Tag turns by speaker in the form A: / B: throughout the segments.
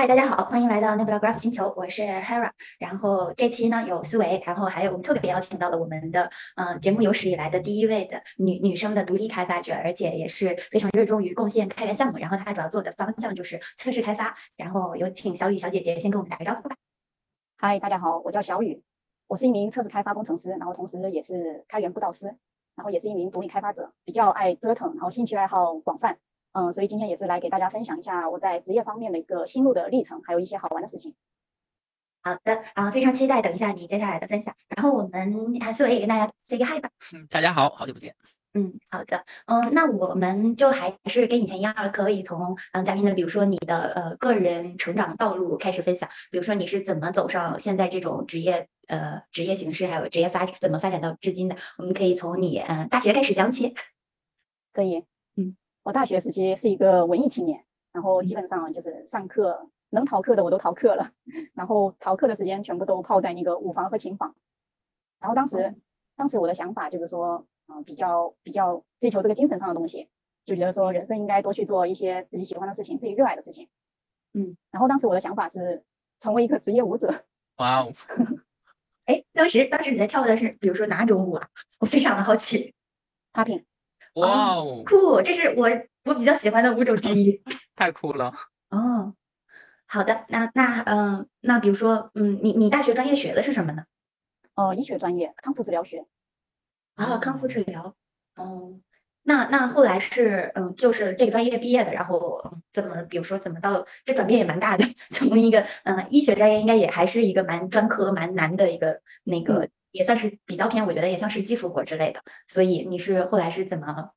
A: 嗨，大家好，欢迎来到 Nebula Graph 星球，我是 Hera。然后这期呢有思维，然后还有我们特别邀请到了我们的呃节目有史以来的第一位的女女生的独立开发者，而且也是非常热衷于贡献开源项目。然后她主要做的方向就是测试开发。然后有请小雨小姐姐先跟我们打个招呼吧。
B: 嗨，大家好，我叫小雨，我是一名测试开发工程师，然后同时也是开源布道师，然后也是一名独立开发者，比较爱折腾，然后兴趣爱好广泛。嗯，所以今天也是来给大家分享一下我在职业方面的一个心路的历程，还有一些好玩的事情。
A: 好的，啊，非常期待等一下你接下来的分享。然后我们啊，思维也跟大家 say 个 hi 吧。
C: 嗯，大家好，好久不见。
A: 嗯，好的，嗯，那我们就还是跟以前一样，可以从嗯嘉宾的，比如说你的呃个人成长道路开始分享，比如说你是怎么走上现在这种职业呃职业形式，还有职业发怎么发展到至今的，我们可以从你嗯、呃、大学开始讲起。
B: 可以，
A: 嗯，
B: 我大学时期是一个文艺青年，然后基本上就是上课能逃课的我都逃课了，然后逃课的时间全部都泡在那个舞房和琴房。然后当时，当时我的想法就是说，嗯、比较比较追求这个精神上的东西，就觉得说人生应该多去做一些自己喜欢的事情，自己热爱的事情。
A: 嗯，
B: 然后当时我的想法是成为一个职业舞者，
C: 哇哦，
A: 哎，当时当时你在跳的是比如说哪种舞啊？ 我非常的好奇。
B: popping。
C: 哇哦，
A: 酷，这是我我比较喜欢的舞种之一。
C: 太酷了！
A: 哦，好的，那那嗯、呃那比如说嗯，你你大学专业学的是什么呢？
B: 呃，医学专业，康复治疗学。
A: 啊，康复治疗。哦，那那后来是嗯，就是这个专业毕业的，然后嗯怎么，比如说怎么到这转变也蛮大的， 从一个嗯医学专业应该也还是一个蛮专科蛮难的一个那个，也算是比较偏，我觉得也算是基础活之类的。所以你是后来是怎么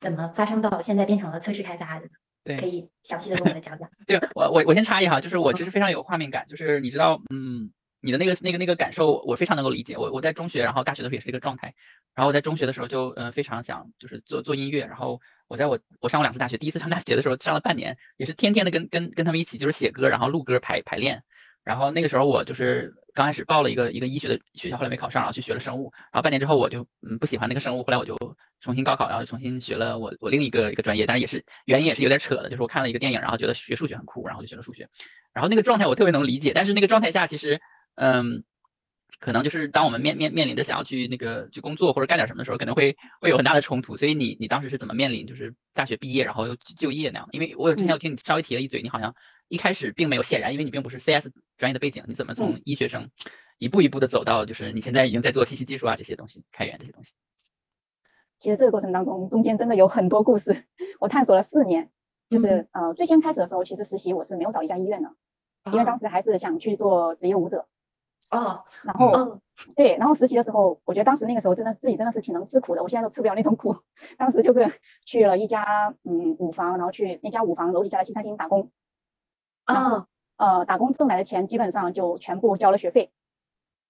A: 怎么发生到现在变成了测试开发的呢？
C: 对
A: 可以详细的跟我们讲讲。
C: 对我我我先插一哈，就是我其实非常有画面感，就是你知道，嗯，你的那个那个那个感受，我非常能够理解。我我在中学，然后大学的时候也是这个状态。然后我在中学的时候就嗯、呃非常想就是做做音乐，然后我在我我上过两次大学，第一次上大学的时候上了半年，也是天天的跟跟跟他们一起就是写歌，然后录歌排排练。然后那个时候我就是刚开始报了一个一个医学的学校，后来没考上，然后去学了生物。然后半年之后我就嗯不喜欢那个生物，后来我就重新高考，然后重新学了我我另一个一个专业，但是也是原因也是有点扯的，就是我看了一个电影，然后觉得学数学很酷，然后就学了数学。然后那个状态我特别能理解，但是那个状态下其实嗯。可能就是当我们面面面临着想要去那个去工作或者干点什么的时候，可能会会有很大的冲突。所以你你当时是怎么面临就是大学毕业然后又就就业那样？因为我有之前有听你稍微提了一嘴，你好像一开始并没有显然，因为你并不是 CS 专业的背景，你怎么从医学生一步一步的走到就是你现在已经在做信息技术啊这些东西、开源这些东西？
B: 其实这个过程当中，中间真的有很多故事，我探索了四年。就是
C: 嗯
B: 呃，最先开始的时候，其实实习我是没有找一家医院的，
C: 啊
B: 因为当时还是想去做职业舞者。
A: 哦
B: 然后
C: 嗯
A: 哦
B: 对，然后实习的时候，我觉得当时那个时候真的自己真的是挺能吃苦的，我现在都吃不了那种苦。当时就是去了一家嗯舞房，然后去那家舞房楼底下的西餐厅打工，
A: 哦，
B: 呃，打工挣来的钱基本上就全部交了学费。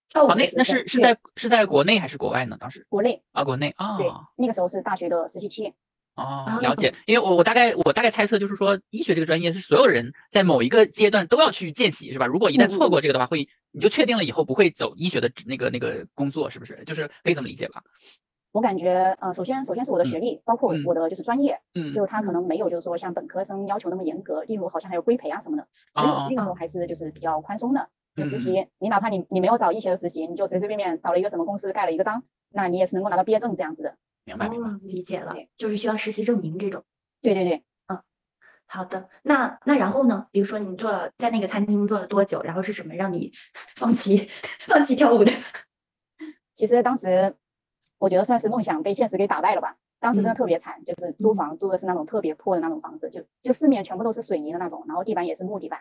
A: 跳舞
C: 哦，
A: 的
C: 那
A: 学
C: 那
A: 生
C: 是是
B: 对
C: 在是在国内还是国外呢？当时
B: 国内
C: 啊，国内啊。
B: 对，那个时候是大学的实习期，
C: 哦，了解，因为我我大概我大概猜测就是说，医学这个专业是所有人在某一个阶段都要去见习，是吧？如果一旦错过这个的话，会你就确定了以后不会走医学的那个那个工作，是不是？就是可以这么理解吧？
B: 我感觉呃，首先首先是我的学历，包括
C: 嗯
B: 我的就是专业，
C: 嗯，
B: 就他可能没有就是说像本科生要求那么严格，例如好像还有规培啊什么的，所以
C: 哦
B: 我那个时候还是就是比较宽松的。就实
C: 嗯嗯
B: 习，你哪怕你你没有找医学的实习，你就随随便便找了一个什么公司盖了一个章，那你也是能够拿到毕业证这样子的。
C: 明白明白。
A: 哦，理解了
B: 对，
A: 就是需要实习证明这种。
B: 对对对，
A: 好的，那那然后呢？比如说你做了在那个餐厅做了多久？然后是什么让你 放弃放弃跳舞的？
B: 其实当时我觉得算是梦想被现实给打败了吧。当
C: 嗯
B: 时真的特别惨，就是租房租的是那种特别破的那种房子，就就四面全部都是水泥的那种，然后地板也是木地板，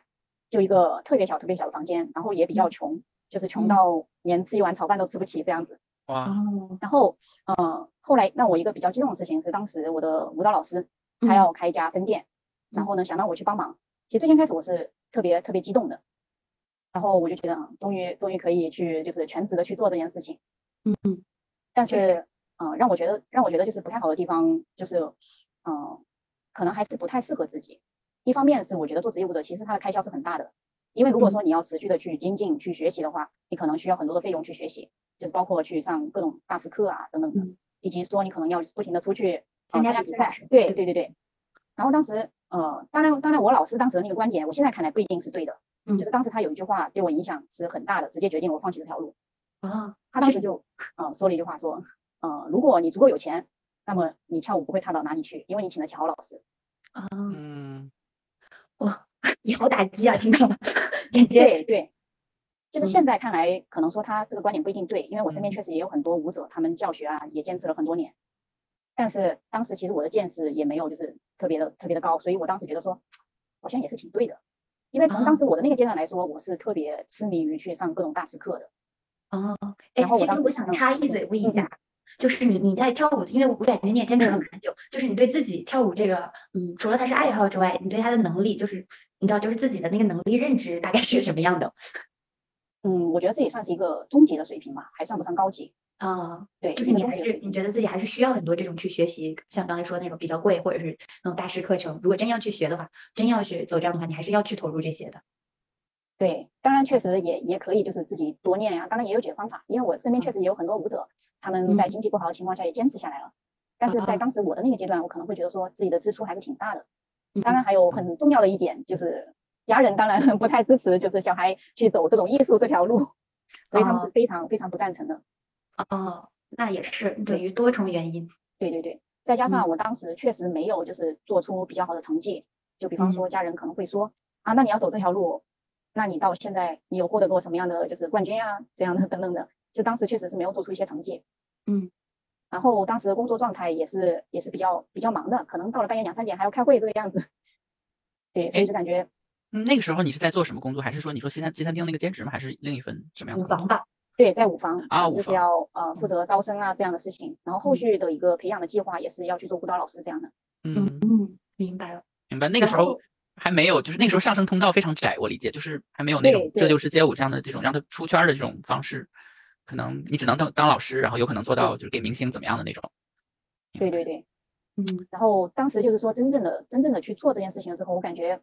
B: 就一个特别小特别小的房间，然后也比较穷，就是穷
A: 嗯
B: 到连吃一碗炒饭都吃不起这样子。
C: 哇，
A: 哦，
B: 然后，呃，后来让我一个比较激动的事情是，当时我的舞蹈老师
A: 嗯
B: 他要开一家分店，然
A: 嗯
B: 后呢想让我去帮忙。其实最先开始我是特别特别激动的，然后我就觉得嗯终于终于可以去就是全职的去做这件事情。
A: 嗯嗯，
B: 但
A: 确
B: 是，嗯、让我觉得让我觉得就是不太好的地方就是，嗯、可能还是不太适合自己。一方面是我觉得做职业舞者其实它的开销是很大的，因为如果
A: 嗯
B: 说你要持续的去精进去学习的话，你可能需要很多的费用去学习，就是包括去上各种大师课啊等等的
A: 嗯，
B: 以及说你可能要不停的出去呃
A: 参加
B: 参加
A: 比
B: 比
A: 赛
B: 赛
A: 是吧，
B: 对
A: 对
B: 对对对。然后当时呃，当然，当然，我老师当时的那个观点，我现在看来不一定是对的。
A: 嗯
B: 就是当时他有一句话对我影响是很大的，直接决定我放弃这条路。
A: 啊，
B: 他当时就呃说了一句话说，呃，如果你足够有钱，那么你跳舞不会差到哪里去，因为你请得起好老师。
A: 啊，
C: 嗯，
A: 哇，你好打击啊！听到 了，感觉
B: 对对，
A: 嗯
B: 就是现在看来，可能说他这个观点不一定对，因为我身边确实也有很多舞者，他们教学啊也坚持了很多年，但是当时其实我的见识也没有就是特别的特别的高，所以我当时觉得说，好像也是挺对的，因为从
A: 啊
B: 当时我的那个阶段来说，我是特别痴迷于去上各种大师课的，
A: 哦，哎
B: 然后，我
A: 其
B: 当
A: 实
B: 时
A: 我想
B: 嗯
A: 插一嘴问一
B: 嗯
A: 下，就是你你在跳舞，因为我感觉你也坚持了
B: 嗯
A: 蛮久，就是你对自己跳舞这个，嗯，除了它是爱好之外，你对它的能力，就是你知道，就是自己的那个能力认知大概是什么样的
B: 嗯，我觉得这也算是一个中级的水平吧，还算不上高级，
A: 啊？
B: 对，
A: 就
B: 因
A: 是
B: 为
A: 你
B: 我
A: 还
B: 还有
A: 是你觉得自己还是需要很多这种去学习，像刚才说的那种比较贵或者是那种大师课程，如果真要去学的话，真要是走这样的话，你还是要去投入这些的。
B: 对，当然
A: 嗯
B: 确实也也可以，就是自己多练呀、当然也有解决方法，因为我身边确实也有很多舞者，他们在
A: 嗯
B: 经济不好的情况下也坚持下来了。但是
A: 啊嗯
B: 在当时我的那个阶段，我可能会觉得说自己的支出还是挺大的。当然还有很重要的一点就是，家人当然 不太支持，就是小孩去走这种艺术这条路，所以他们是
A: 哦
B: 非常非常不赞成的。
A: 哦，那也是等于多重原因。
B: 对对对，再加
C: 嗯
B: 上我当时确实没有就是做出比较好的成绩，就比方
C: 嗯
B: 说家人可能会说、啊，那你要走这条路，那你到现在你有获得过什么样的就是冠军啊这样的等 等的，就当时确实是没有做出一些成绩，
A: 嗯，
B: 然后当时工作状态也是也是比较比较忙的，可能到了半夜两三点还要开会这个样子，对，所以
C: 诶
B: 就感觉
C: 嗯那个时候你是在做什么工作？还是说你说西餐西餐厅那个兼职吗？还是另一份什么样
A: 舞
C: 的工
A: 房
C: 作？
A: 吧，
B: 对，在舞房
C: 啊
B: 呃
C: 舞
B: 就是
C: 房嗯
B: 要呃负责招生啊这样的事情，然后后续的一个培养的计划也是要去做舞蹈老师这样的，
C: 嗯，
A: 嗯，明白了。
C: 明白。那个
B: 然
C: 时候
B: 后
C: 还没有，就是那个时候上升通道非常窄，我理解，就是还没有那种
B: 对
C: 这
B: 对
C: 就是街舞这样的这种让他出圈儿的这种方式，可能你只能当当老师，然后有可能做到就是给明星怎么样的那种。明
B: 对
C: 白
B: 对对。
A: 嗯
B: 然后当时就是说，真正的真正的去做这件事情了之后，我感觉，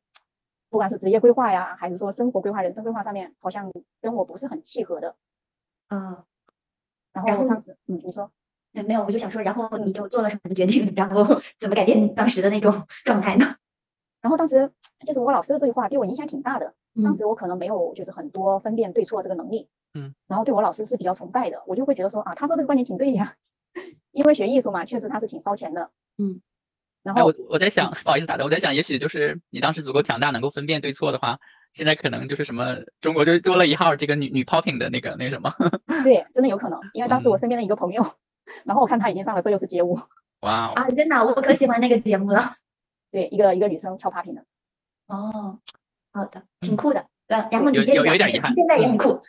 B: 不管是职业规划呀，还是说生活规划、人生规划上面，好像跟我不是很契合的。
A: 啊。
B: 然
A: 然
B: 后
A: 后
B: 当时，嗯，你说，
A: 对，没有，我就想说，然后你
B: 嗯
A: 就做了什么决定，然后 怎么改变你当时的那种 状态呢？
B: 然后当时就是我老师的这句话对我影响挺大的。当
A: 嗯
B: 时我可能没有就是很多分辨对错这个能力，
C: 嗯，
B: 然后对我老师是比较崇拜的，我就会觉得说啊，他说这个观点挺对的呀， 因为学艺术嘛，确实他是挺烧钱的，
A: 嗯，
B: 然
C: 哎，
B: 后
C: 我我在想，不好意思打断，我在想，也许就是你当时足够强大，能够分辨对错的话，现在可能就是什么中国就多了一号这个女女 popping 的那个那什么，
B: 对，真的有可能，因为当时我
C: 嗯
B: 身边的一个朋友， 然后我看他已经上了《这就是街舞》，
C: 哇哦，
A: 啊，真的啊，我可喜欢那个节目了。
B: 对，一个一个女生跳 popping 的。
A: 哦，好的，
C: 嗯
A: 挺酷的。然然后你
C: 有
A: 接着
C: 有有
A: 讲
C: 一点
A: 你
C: 遗憾
A: 现在也很
C: 嗯
A: 酷。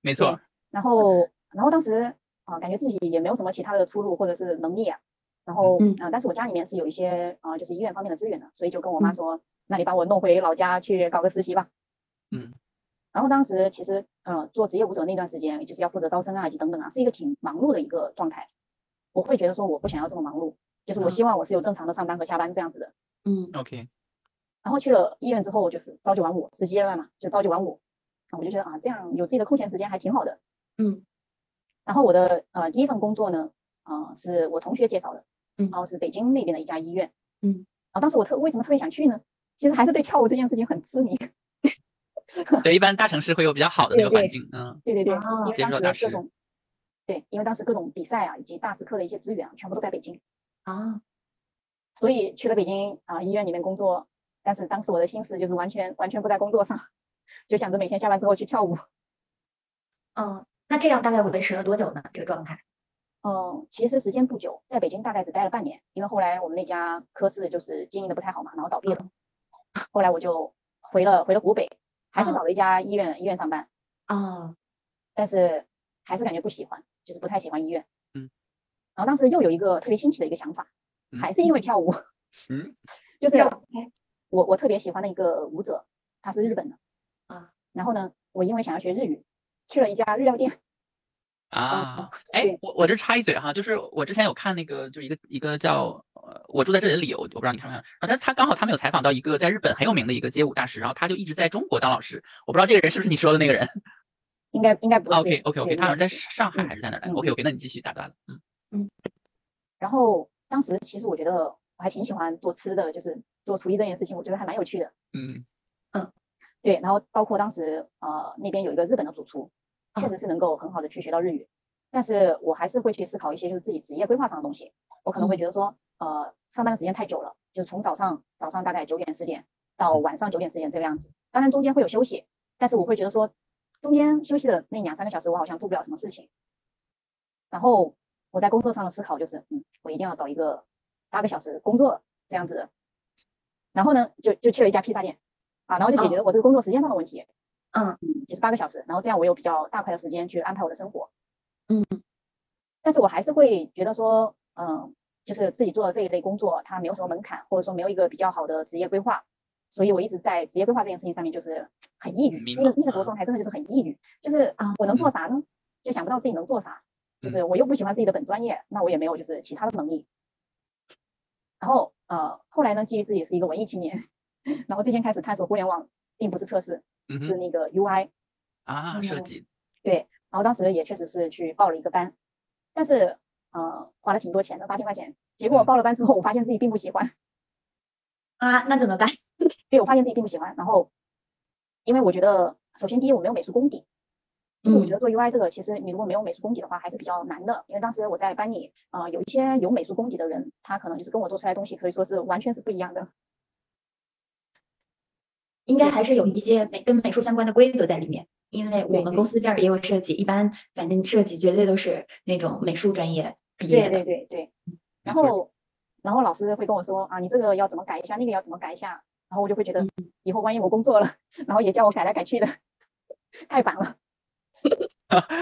C: 没错，
B: 然
A: 哦
B: 后，然后当时啊、感觉自己也没有什么其他的出路或者是能力啊。然后，
A: 嗯
B: 啊、但是我家里面是有一些啊、就是医院方面的资源的，所以就跟我妈
A: 嗯
B: 说，那你把我弄回老家去搞个实习吧。
C: 嗯。
B: 然后当时其实，呃，做职业舞者那段时间，就是要负责招生啊，以及等等啊，是一个挺忙碌的一个状态。我会觉得说，我不想要这么忙碌，就是我
A: 嗯
B: 希望我是有正常的上班和下班这样子的。
A: 嗯
C: OK，
B: 然后去了医院之后，就是朝九晚五，实习阶段嘛，就朝九晚五。啊，我就觉得啊，这样有自己的空闲时间还挺好的。
A: 嗯
B: 然后我的呃第一份工作呢，啊、是我同学介绍的，
A: 嗯
B: 然后是北京那边的一家医院，
A: 嗯，
B: 啊，当时我特为什么特别想去呢？其实还是对跳舞这件事情很痴迷，
C: 对，一般大城市会有比较好的那
B: 对
C: 个环
B: 对
C: 境，嗯，
B: 对对对，
A: 哦
C: 接触
B: 因
C: 到
B: 为
C: 大
B: 当时
C: 师
B: 各种，对，因为当时各种比赛啊以及大师课的一些资源啊，全部都在北京，
A: 啊
B: 所以去了北京啊、医院里面工作，但是当时我的心思就是完全完全不在工作上， 就想着每天下班之后去跳舞，
A: 哦，那这样大概维持了多久呢？这个状态？
B: 嗯，其实时间不久，在北京大概只待了半年，因为后来我们那家科室就是经营的不太好嘛，然后倒闭了。后来我就回了回了湖北，还是
A: 啊
B: 找了一家医院医院上班，
A: 哦
B: 但是还是感觉不喜欢，就是不太喜欢医院。
C: 嗯。
B: 然后当时又有一个特别新奇的一个想法，还是因为跳舞，
C: 嗯，
B: 就是
A: 跳舞哎
B: 我我特别喜欢的一个舞者，他是日本的
A: 啊。
B: 然后呢，我因为想要学日语，去了一家日料店。
C: 啊，哎
B: 对，
C: 我我这插一嘴哈，就是我之前有看那个，就一个一个叫呃我住在这里的理由，我不知道你看没看，然后他他刚好他们有采访到一个在日本很有名的一个街舞大师，然后他就一直在中国当老师，我不知道这个人是不是你说的那个人
B: 应该应该不是
C: ，OK OK
B: 对
C: OK，
B: 应
C: 啊他好
B: 该不
C: 像在
B: 是
C: 上海
B: 嗯
C: 还是在哪儿来
B: 嗯
C: ？OK OK，那你继续打断了，嗯
B: 然后当时其实我觉得我还挺喜欢做吃的，就是做厨艺这件事情，我觉得还蛮有趣的。
C: 嗯，
B: 对，然后包括当时呃那边有一个日本的主厨，确实是能够很好的去学到日语，但是我还是会去思考一些就是自己职业规划上的东西。我可能会觉得说，呃，上班的时间太久了，就是从早上早上大概九点十点到晚上九点十点这个样子，当然中间会有休息，但是我会觉得说，中间休息的那两三个小时我好像做不了什么事情。然后我在工作上的思考就是，嗯，我一定要找一个八个小时工作这样子的。然后呢，就就去了一家披萨店，啊，然后就解决了我这个工作时间上的问题。
A: 嗯
B: 嗯，就是八个小时，然后这样我有比较大块的时间去安排我的生活。
A: 嗯，
B: 但是我还是会觉得说，嗯，就是自己做的这一类工作，它没有什么门槛，或者说没有一个比较好的职业规划，所以我一直在职业规划这件事情上面就是很抑郁。
C: 迷
B: 那个
C: 茫
B: 那个时候
C: 嗯
B: 状态真的就是很抑郁，就是
A: 啊
B: 我能做
C: 嗯
B: 啥呢？就想不到自己能做啥，就
C: 嗯
B: 是我又不喜欢自己的本专业，那我也没有就是其他的能力。然后呃，后来呢，基于自己是一个文艺青年，然后最先开始探索互联网，并不是测试，
C: 嗯
B: 是
C: 哼
B: 那个 UI。
C: 啊，设
A: 嗯
C: 计，
B: 对，然后当时也确实是去报了一个班，但是呃花了挺多钱的，八千块钱。结果
C: 嗯
B: 报了班之后，我发现自己并不喜欢，
A: 啊，那怎么办？
B: 对我发现自己并不喜欢。然后，因为我觉得，首先第一，我没有美术功底，就是我觉
A: 嗯
B: 得做 UI 这个，其实你如果没有美术功底的话，还是比较难的。因为当时我在班里，呃，有一些有美术功底的人，他可能就是跟我做出来的东西可以说是完全是不一样的。
A: 应该还是有一些美跟美术相关的规则在里面，因为我
B: 对
A: 们
B: 对
A: 公司这儿也有设计，一般反正设计绝对都是那种美术专业毕业
B: 对
A: 的
B: 对。对对。
C: 没
B: 然
C: 错
B: 后，然后老师会跟我说啊，你这个要怎么改一下，那个要怎么改一下。然后我就会觉得，以后万一我工作了，然后也叫我改来改去的， 太烦了。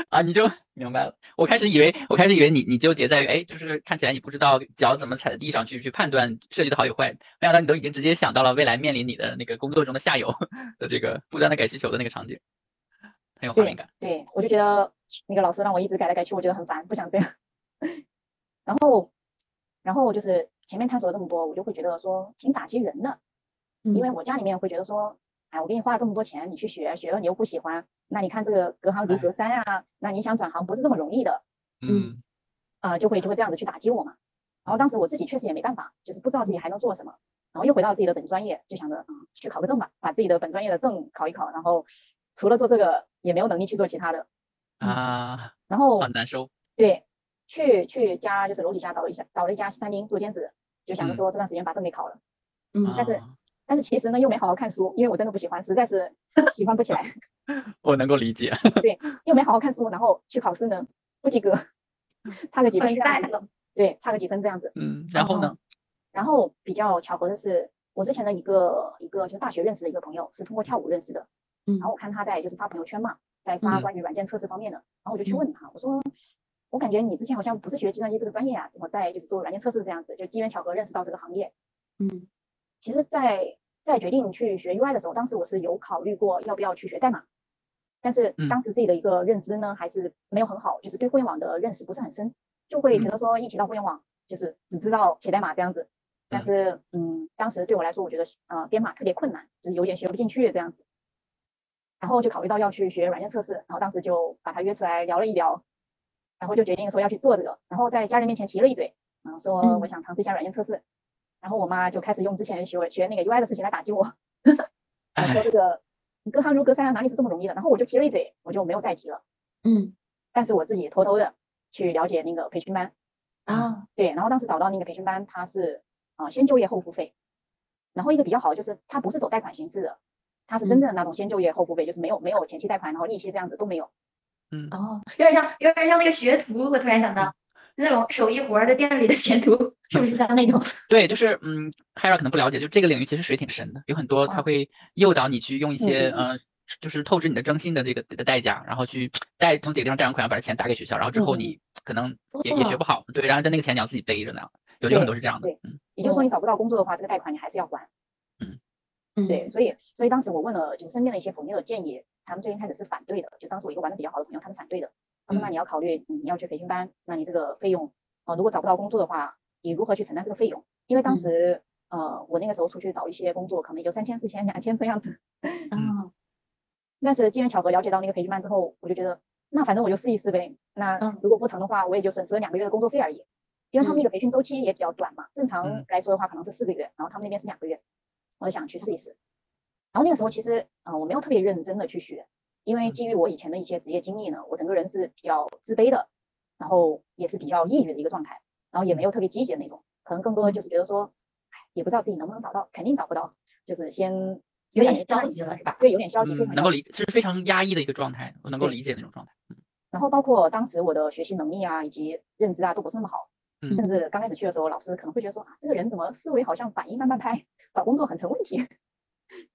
C: 啊，你就明白了。我开始以为，我开始以为你你纠结在于，哎，就是看起来你不知道脚怎么踩在地上去去判断设计的好与坏，没想到你都已经直接想到了未来面临你的那个工作中的下游的这个不断的改需求的那个场景，很有画面
B: 对
C: 感。
B: 对，我就觉得那个老师让我一直改来改去，我觉得很烦，不想这样。 然后，然后就是前面探索了这么多，我就会觉得说挺打击人的，
A: 嗯
B: 因为我家里面会觉得说，哎，我给你花了这么多钱，你去学，学了你又不喜欢，那你看这个隔行如隔山啊，那你想转行不是这么容易的。
A: 嗯
C: 嗯
B: 呃，就会就会这样子去打击我嘛。然后当时我自己确实也没办法，就是不知道自己还能做什么，然后又回到自己的本专业，就想着嗯，去考个证吧，把自己的本专业的证考一考，然后除了做这个也没有能力去做其他的，
C: 啊，
B: 然后
C: 好难受。
B: 对，去去家就是楼底下找了一下找了一家西餐厅做兼职，就想着
C: 嗯
B: 说这段时间把证给考了，
A: 嗯
B: 但是
C: 啊
B: 但是其实呢又没好好看书，因为我真的不喜欢，实在是喜欢不起来，
C: 我能够理解。
B: 又没好好看书，然后去考试呢不及格，差个几
A: 好
B: 分
A: 失
B: 这样
A: 败啊
B: 子，
A: 了。
B: 对，差个几分这样子。
C: 嗯，然后呢？
B: 然后比较巧合的是，我之前的一个一个就是大学认识的一个朋友，是通过跳舞认识的。
A: 嗯
B: 然后我看他在就是发朋友圈嘛，在发
C: 嗯
B: 关于软件测试方面的，然后我就去
A: 嗯
B: 问他，我说我感觉你之前好像不是学计算机这个专业啊，怎么在就是做软件测试这样子？就机缘巧合认识到这个行业。
A: 嗯
B: 其实在，在决定去学 UI 的时候，当时我是有考虑过要不要去学代码，但是
C: 嗯
B: 当时自己的一个认知呢，还是没有很好，就是对互联网的认识不是很深，就会觉
C: 嗯
B: 得说一提到互联网，就是只知道写代码这样子。但
C: 嗯
B: 是，嗯，当时对我来说，我觉得呃编码特别困难，就是有点学不进去这样子。然后就考虑到要去学软件测试，然后当时就把他约出来聊了一聊，然后就决定说要去做这个，然后在家人面前提了一嘴，然后说我
A: 嗯
B: 想尝试一下软件测试，然后我妈就开始用之前学学那个 UI 的事情来打击我，
C: 哎，
B: 说这个你隔行如隔山啊，哪里是这么容易的？然后我就提了一嘴，我就没有再提了，
A: 嗯
B: 但是我自己偷偷的去了解那个培训班，
A: 啊
B: 对，然后当时找到那个培训班，它是啊、呃先就业后付费，然后一个比较好的就是它不是走贷款形式的，它是真正的那种先就业后付费，就是没有没有前期贷款，然后利息这样子都没有。
C: 嗯，
A: 哦，有点像有点像那个学徒，我突然想到那种手艺活儿的店里的学徒，是不是像那 种？
C: 对，就是嗯 h e r a 可能不了解，就这个领域其实水挺深的，有很多他
A: 哦
C: 会诱导你去用一些
B: 嗯嗯
C: 呃，就是透支你的真心的这个的代价，然后去贷从自己地方贷上款，把这钱打给学校，然后之后
B: 嗯嗯嗯
C: 你可能也也学不好，对，然后但那个钱你要自己背着呢，有有
B: 对
C: 很多是这样的
B: 对，
C: 嗯
B: 也就是说你找不到工作的话，这个贷款你还是要还。
A: 嗯
B: 对，，所以所以当时我问了，就是身边的一些朋友的建议，他们最先开始是反对的。就当时我一个玩的比较好的朋友，他是反对的。他说：“那
C: 嗯
B: 你要考虑你要去培训班，那你这个费用，呃，如果找不到工作的话，你如何去承担这个费用？因为当
A: 嗯
B: 时，呃，我那个时候出去找一些工作，可能也就三千、四千、两千这样子。
A: 啊
B: 嗯但是机缘巧合了解到那个培训班之后，我就觉得，那反正我就试一试呗。那
A: 嗯
B: 如果不成的话，我也就损失了两个月的工作费而已。因为他们
A: 嗯
B: 那个培训周期也比较短嘛，正常
C: 嗯
B: 来说的话可能是四个月，然后他们那边是两个月，我就想去试一试。然后那个时候其实呃我没有特别认真的去学，因为
C: 嗯
B: 基于我以前的一些职业经历呢，我整个人是比较自卑的，然后也是比较抑郁的一个状态，然后也没有特别积极的那种，可能
A: 嗯
B: 更多的就是觉得说，哎，也不知道自己能不能找到，肯定找不到，就是先
A: 有点
B: 先感觉
A: 消极了是吧？
B: 对，有点消极，非
C: 嗯，
B: 常
C: 能够
B: 消
C: 理，这是非常压抑的一个状态，我能够
B: 对
C: 理解那种状态。
B: 然后包括当时我的学习能力啊，以及认知啊，都不是那么好。
C: 嗯
B: 甚至刚开始去的时候，老师可能会觉得说啊，这个人怎么思维好像反应慢半拍，找工作很成问题。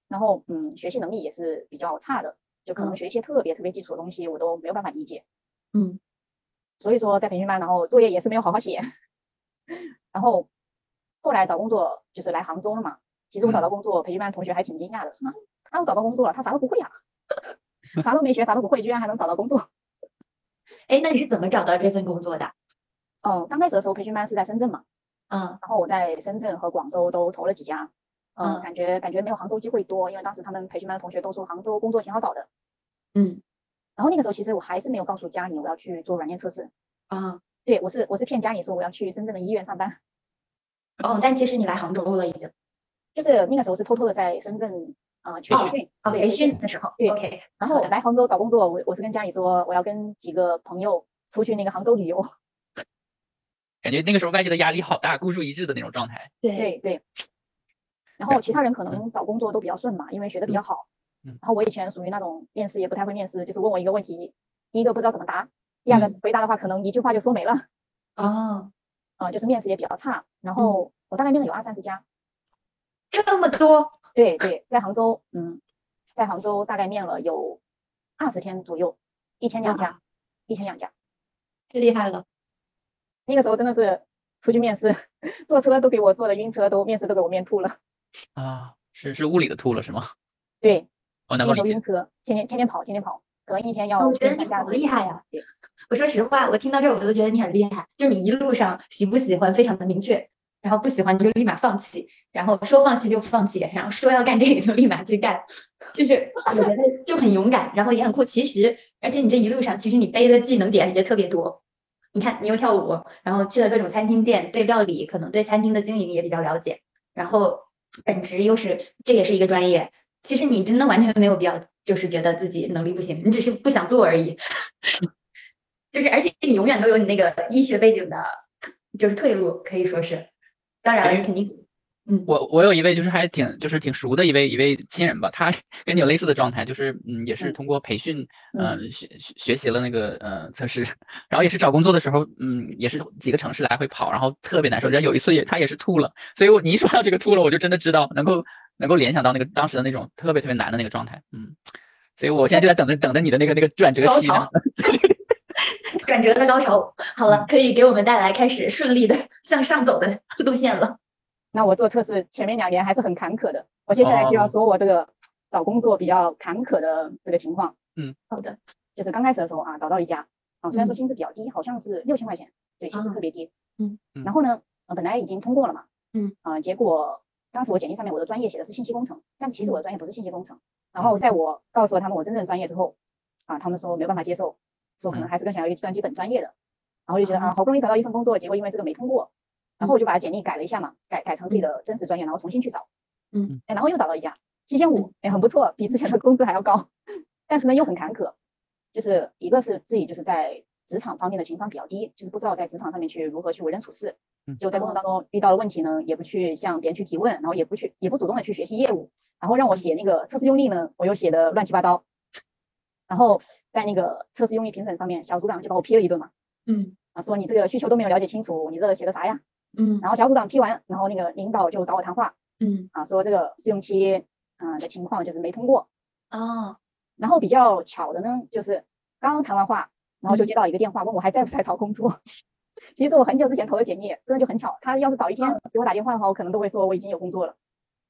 B: 然后嗯，学习能力也是比较差的，就可能
A: 嗯
B: 学一些特别特别基础的东西，我都没有办法理解。
A: 嗯
B: 所以说在培训班，然后作业也是没有好好写。然后后来找工作就是来杭州了嘛，其实我找
A: 嗯
B: 到工作，培训班同学还挺惊讶的，说啊，他都找到工作了，他啥都不会呀、 啥都没学，啥都不会，居然还能找到工作。
A: 哎，那你是怎么找到这份工作的？
B: 嗯，刚开始的时候培训班是在深圳嘛。
A: 嗯
B: 然后我在深圳和广州都投了几家，嗯、
A: 嗯
B: 感觉感觉没有杭州机会多，因为当时他们培训班的同学都说杭州工作挺好找的。
A: 嗯
B: 然后那个时候其实我还是没有告诉家里我要去做软件测试，
A: 啊
B: 对我是我是骗家里说我要去深圳的医院上班，
A: 哦，但其实你来杭州了已经
B: 就是那个时候是偷偷的在深圳呃去培
A: 哦
B: 训，
A: 哦，
B: 对
A: 培训。的时候
B: 对
A: ，OK，
B: 然
A: 好
B: 后
A: 的
B: 来杭州找工作，我我是跟家里说我要跟几个朋友出去那个杭州旅游，
C: 感觉那个时候外界的压力好大，孤注一掷的那种状态。
A: 对，
B: 对对。然
C: 对
B: 后其他人可
C: 哎嗯
B: 能找工作都比较顺嘛，因为学的比较好。
C: 嗯
B: 然后我以前属于那种面试也不太会面试，就是问我一个问题，第一个不知道怎么答，第二个
C: 嗯
B: 回答的话可能一句话就说没了，
A: 哦，
B: 呃，就是面试也比较差。
C: 嗯
B: 然后我大概面了有二三十家，
A: 这么多，
B: 对对，在杭州，嗯，在杭州大概面了有二十天左右，一天两家，一天两家。
A: 太厉害了，
B: 那个时候真的是出去面试， 坐车都给我坐的晕车，都面试都给我面吐了。
C: 啊，是是物理的秃了是吗？
B: 对，天
C: 我能够
B: 天
C: 理
B: 都
C: 解
B: 晕。车，天天天天跑，天天跑，可能一天要
A: 啊那我觉得
B: 三
A: 你
B: 下
A: 好
B: 子
A: 厉害啊呀！
B: 对
A: 我说实话，我听到这儿我都觉得你很厉害，就你一路上喜不喜欢非常的明确，然后不喜欢你就立马放弃，然后说放弃就放弃，然后说要干这个就立马去干，就是我觉得就很勇敢，然后也很酷。其实，而且你这一路上其实你背的技能点也特别多。你看，你又跳舞，然后去了各种餐厅店，对料理可能对餐厅的经营也比较了解，然后本职又是这也是一个专业，其实你真的完全没有必要，就是觉得自己能力不行，你只是不想做而已。 就是，而且你永远都有你那个医学背景的，就是退路，可以说是。当然了，
C: 哎
A: 你肯定，嗯，
C: 我我有一位就是还挺就是挺熟的一位一位亲人吧，他 跟你有类似的状态，就是嗯也是
B: 嗯
C: 通过培训
B: 嗯
C: 呃学学学习了那个呃测试，然后也是找工作的时候嗯也是几个城市来回跑，然后特别难受。人家有一次也他也是吐了，所以我你一说到这个吐了，我就真的知道能够能够联想到那个当时的那种特别特别难的那个状态，嗯，所以我现在就在等着等着你的那个那个转折
A: 高
C: 期呢。
A: 潮转折的高潮，好了，可以给我们带来开始顺利的 向上走的路线了。
B: 那我做测试前面两年还是很坎坷的，我接下来就要
C: 哦
B: 说我这个找工作比较坎坷的这个情况，
A: 好的，
B: 就是刚开始的时候啊，找到一家啊，虽然说
A: 嗯
B: 薪资比较低，好像是六千块钱，对，薪资
A: 啊
B: 特别低，
A: 嗯
C: 嗯
B: 然后呢，呃本来已经通过了嘛，
A: 嗯，
B: 啊，结果当时我简历上面我的专业写的是信息工程，但是其实我的专业不是信息工程，然
C: 嗯
B: 后在我告诉了他们我真正的专业之后，啊，他们说没有办法接受，说可能
C: 嗯
B: 还是更想要一个计算机本专业的，然后就觉得
A: 啊
B: 啊，好不容易找到一份工作，结果因为这个没通过，然后我就把简历改了一下嘛，改改成自己的真实专业，然后重新去找，
A: 嗯
B: 哎，然后又找到一家七千五，哎，很不错，比之前的工资还要高， 但是呢又很坎坷，就是一个是自己就是在职场方面的情商比较低，就是不知道在职场上面去如何去为人处事
C: 嗯，
B: 就在工作当中遇到的问题呢，也不去向别人去提问，然后也不去也不主动的去学习业务，然后让我写那个测试用例呢，我又写的乱七八糟，然后在那个测试用例评审上面，小组长就把我批了一顿嘛，
A: 嗯
B: 啊，说你这个需求都没有了解清楚，你这个写的啥呀？
A: 嗯
B: 然后小组长批完，然后那个领导就找我谈话
A: 嗯，
B: 啊，说这个试用期嗯、呃的情况就是没通过，
A: 哦，
B: 然后比较巧的呢，就是刚刚谈完话，然后
A: 嗯
B: 就接到一个电话，问我还在不在找工作。 其实我很久之前投的简历，真的就很巧，他要是早一天给我打电话的话，我可能都会说我已经有工作了。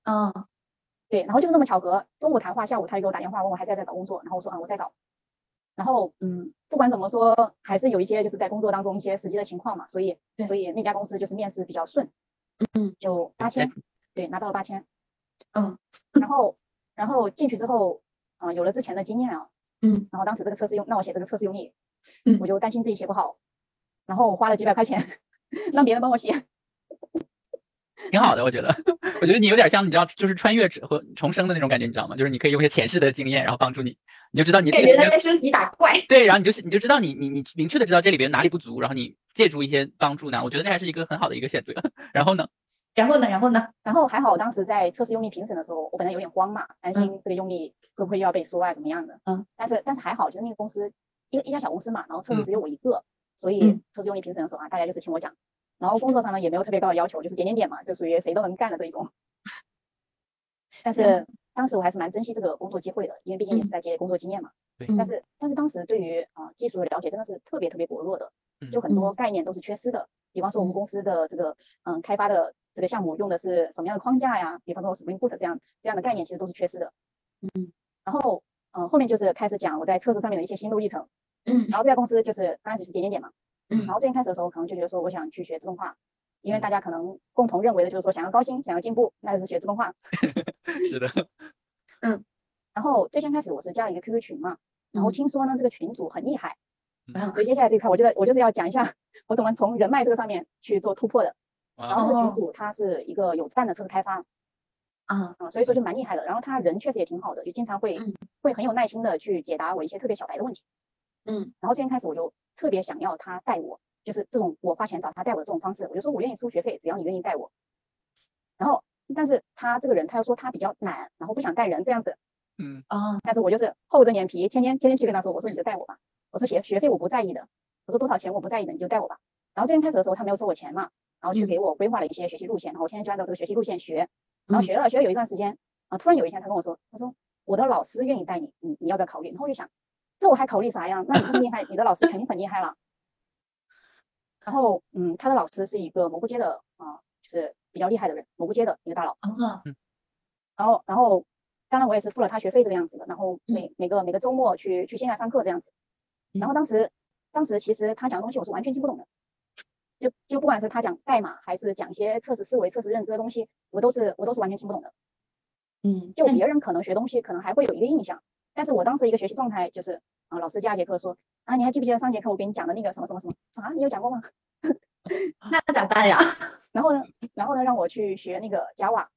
A: 嗯
B: 对，然后就是那么巧合，中午谈话，下午他就给我打电话问我还在不在找工作，然后我说啊我在找。然后嗯，不管怎么说，还是有一些就是在工作当中一些实际的情况嘛，所以
A: 对
B: 所以那家公司就是面试比较顺，
A: 嗯，
B: 就八
C: 对
B: 千，对，拿到了八千，
A: 嗯，
B: 然后然后进去之后，啊、有了之前的经验啊，
A: 嗯，
B: 然后当时这个测试用，那我写这个测试用例，
A: 嗯
B: 我就担心自己写不好，然后我花了几百块钱 让别人帮我写。
C: 挺好的，我觉得，我觉得你有点像，你知道，就是穿越之和重生的那种感觉，你知道吗？就是你可以用一些前世的经验，然后帮助你，你就知道你这
A: 感
C: 个
A: 觉
C: 里
A: 他
C: 边
A: 在升级打怪。
C: 对，然后你就是你就知道你你你明确的知道这里边哪里不足，然后你借助一些帮助呢，我觉得这还是一个很好的一个选择。 然后呢，
A: 然后呢，然后呢？
B: 然后还好，当时在测试用力评审的时候，我本来有点慌嘛，担心这个用力会不会又要被说啊怎么样的。
A: 嗯。
B: 但是但是还好，就是那个公司一个一家小公司嘛，然后测
C: 嗯
B: 试只有我一个，所以
A: 嗯
B: 测试用力评审的时候啊，大家就是听我讲。然后工作上呢也没有特别高的要求，就是点点点嘛，就属于谁都能干的这一种。 但是
A: 嗯
B: 当时我还是蛮珍惜这个工作机会的，因为毕竟也是在积累工作经验嘛。但是但是当时对于啊、呃技术的了解真的是特别特别薄弱的，就很多
A: 嗯
B: 概念都是缺失的。比方说我们
A: 嗯
B: 公司的这个嗯开发的这个项目用的是什么样的框架呀？比方说 Spring Boot 这样这样的概念其实都是缺失的。
A: 嗯，
B: 然后嗯、呃后面就是开始讲我在测试上面的一些心路历程。
A: 嗯
B: 然后这家公司就是刚开始是点点点嘛，
A: 嗯
B: 然后最近开始的时候可能就觉得说我想去学自动化。因为大家可能共同认为的就是说，想要高薪，想要进步，那就是学自动化。
C: 是的，
B: 然后最先开始我是加了一个 QQ 群嘛，然
A: 嗯
B: 后听说呢这个群主很厉害，
A: 然后
B: 所以接下来这一块，我觉得我就是要讲一下我怎么从人脉这个上面去做突破的。然
C: 啊
B: 后这个群
A: 哦
B: 主他是一个有赞的测试开发
A: 啊，
B: 啊，所以说就蛮厉害的。然后他人确实也挺好的，就经常会
A: 嗯
B: 会很有耐心的去解答我一些特别小白的问题。
A: 嗯
B: 然后最先开始我就特别想要他带我，就是这种我花钱找他带我的这种方式，我就说我愿意出学费，只要你愿意带我。然后但是他这个人他又说他比较懒，然后不想带人这样子，
C: 嗯，
A: 啊，
B: 但是我就是厚着脸皮，天天天天去跟他说，我说你就带我吧，我说学学费我不在意的，我说多少钱我不在意的，你就带我吧。然后最先开始的时候他没有收我钱嘛，然后去
A: 嗯
B: 给我规划了一些学习路线，然后我天天就按照这个学习路线学，然后
A: 嗯
B: 学了学了有一段时间，啊，突然有一天他跟我说，他说我的老师愿意带你，你你要不要考虑？然后我就想，这我还考虑啥呀？那你这么厉害，你的老师肯定很厉害了。然后嗯，他的老师是一个蘑菇街的啊、就是比较厉害的人，蘑菇街的一个大佬。
A: 啊，
B: 然后然后当然我也是付了他学费这个样子的，然后每每个每个周末去去线下上课这样子。然后当时当时其实他讲的东西我是完全听不懂的，就就不管是他讲代码还是讲一些测试思维、测试认知的东西，我都是我都是完全听不懂的。
A: 嗯，
B: 就
A: 但
B: 别人可能学东西可能还会有一个印象，但是我当时一个学习状态就是啊，老师第二节课说啊，你还记不记得上节课我给你讲的那个什么什么什么说啊？你有讲过吗？
A: 那咋办呀？
B: 然后呢，然后呢让我去学那个 Java，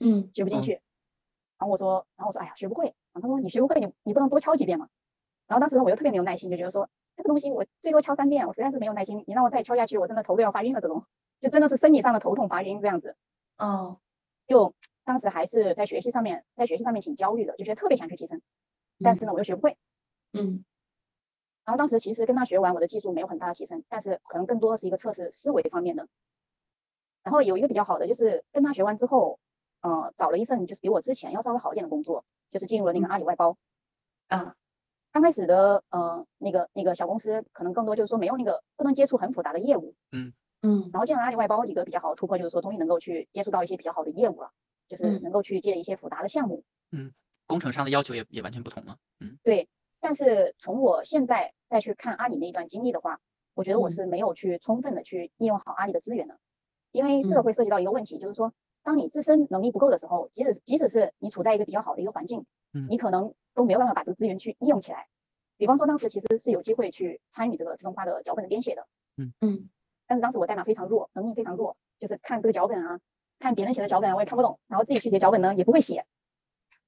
A: 嗯
B: 学不进
C: 嗯
B: 去。然后我说，然后我说，哎呀，学不会。然后他说，你学不会，你你不能多敲几遍吗？然后当时我又特别没有耐心，就觉得说这个东西我最多敲三遍，我实在是没有耐心，你让我再敲下去，我真的头都要发晕了，这种就真的是生理上的头痛发晕这样子。
A: 哦，
B: 就当时还是在学习上面，在学习上面挺焦虑的，就觉得特别想去提升，但是呢，我又学不会。
A: 嗯
B: 然后当时其实跟他学完，我的技术没有很大的提升，但是可能更多的是一个测试思维方面的。然后有一个比较好的就是跟他学完之后，呃，找了一份就是比我之前要稍微好一点的工作，就是进入了那个阿里外包。
A: 啊，
B: 刚开始的呃那个那个小公司，可能更多就是说没有那个不能接触很复杂的业务。
A: 嗯
B: 然后进了阿里外包，一个比较好的突破就是说，终于能够去接触到一些比较好的业务了，就是
A: 嗯
B: 能够去接一些复杂的项目。
C: 工程上的要求也也完全不同了。
B: 但是从我现在再去看阿里那一段经历的话，我觉得我
A: 嗯
B: 是没有去充分的去利用好阿里的资源的，因为这个
A: 嗯
B: 会涉及到一个问题，就是说，当你自身能力不够的时候，即使即使是你处在一个比较好的一个环境，
C: 嗯
B: 你可能都没有办法把这个资源去利用起来。比方说，当时其实是有机会去参与这个自动化的脚本的编写的，
A: 嗯
B: 但是当时我代码非常弱，能力非常弱，就是看这个脚本啊，看别人写的脚本啊，我也看不懂，然后自己去写脚本呢也不会写，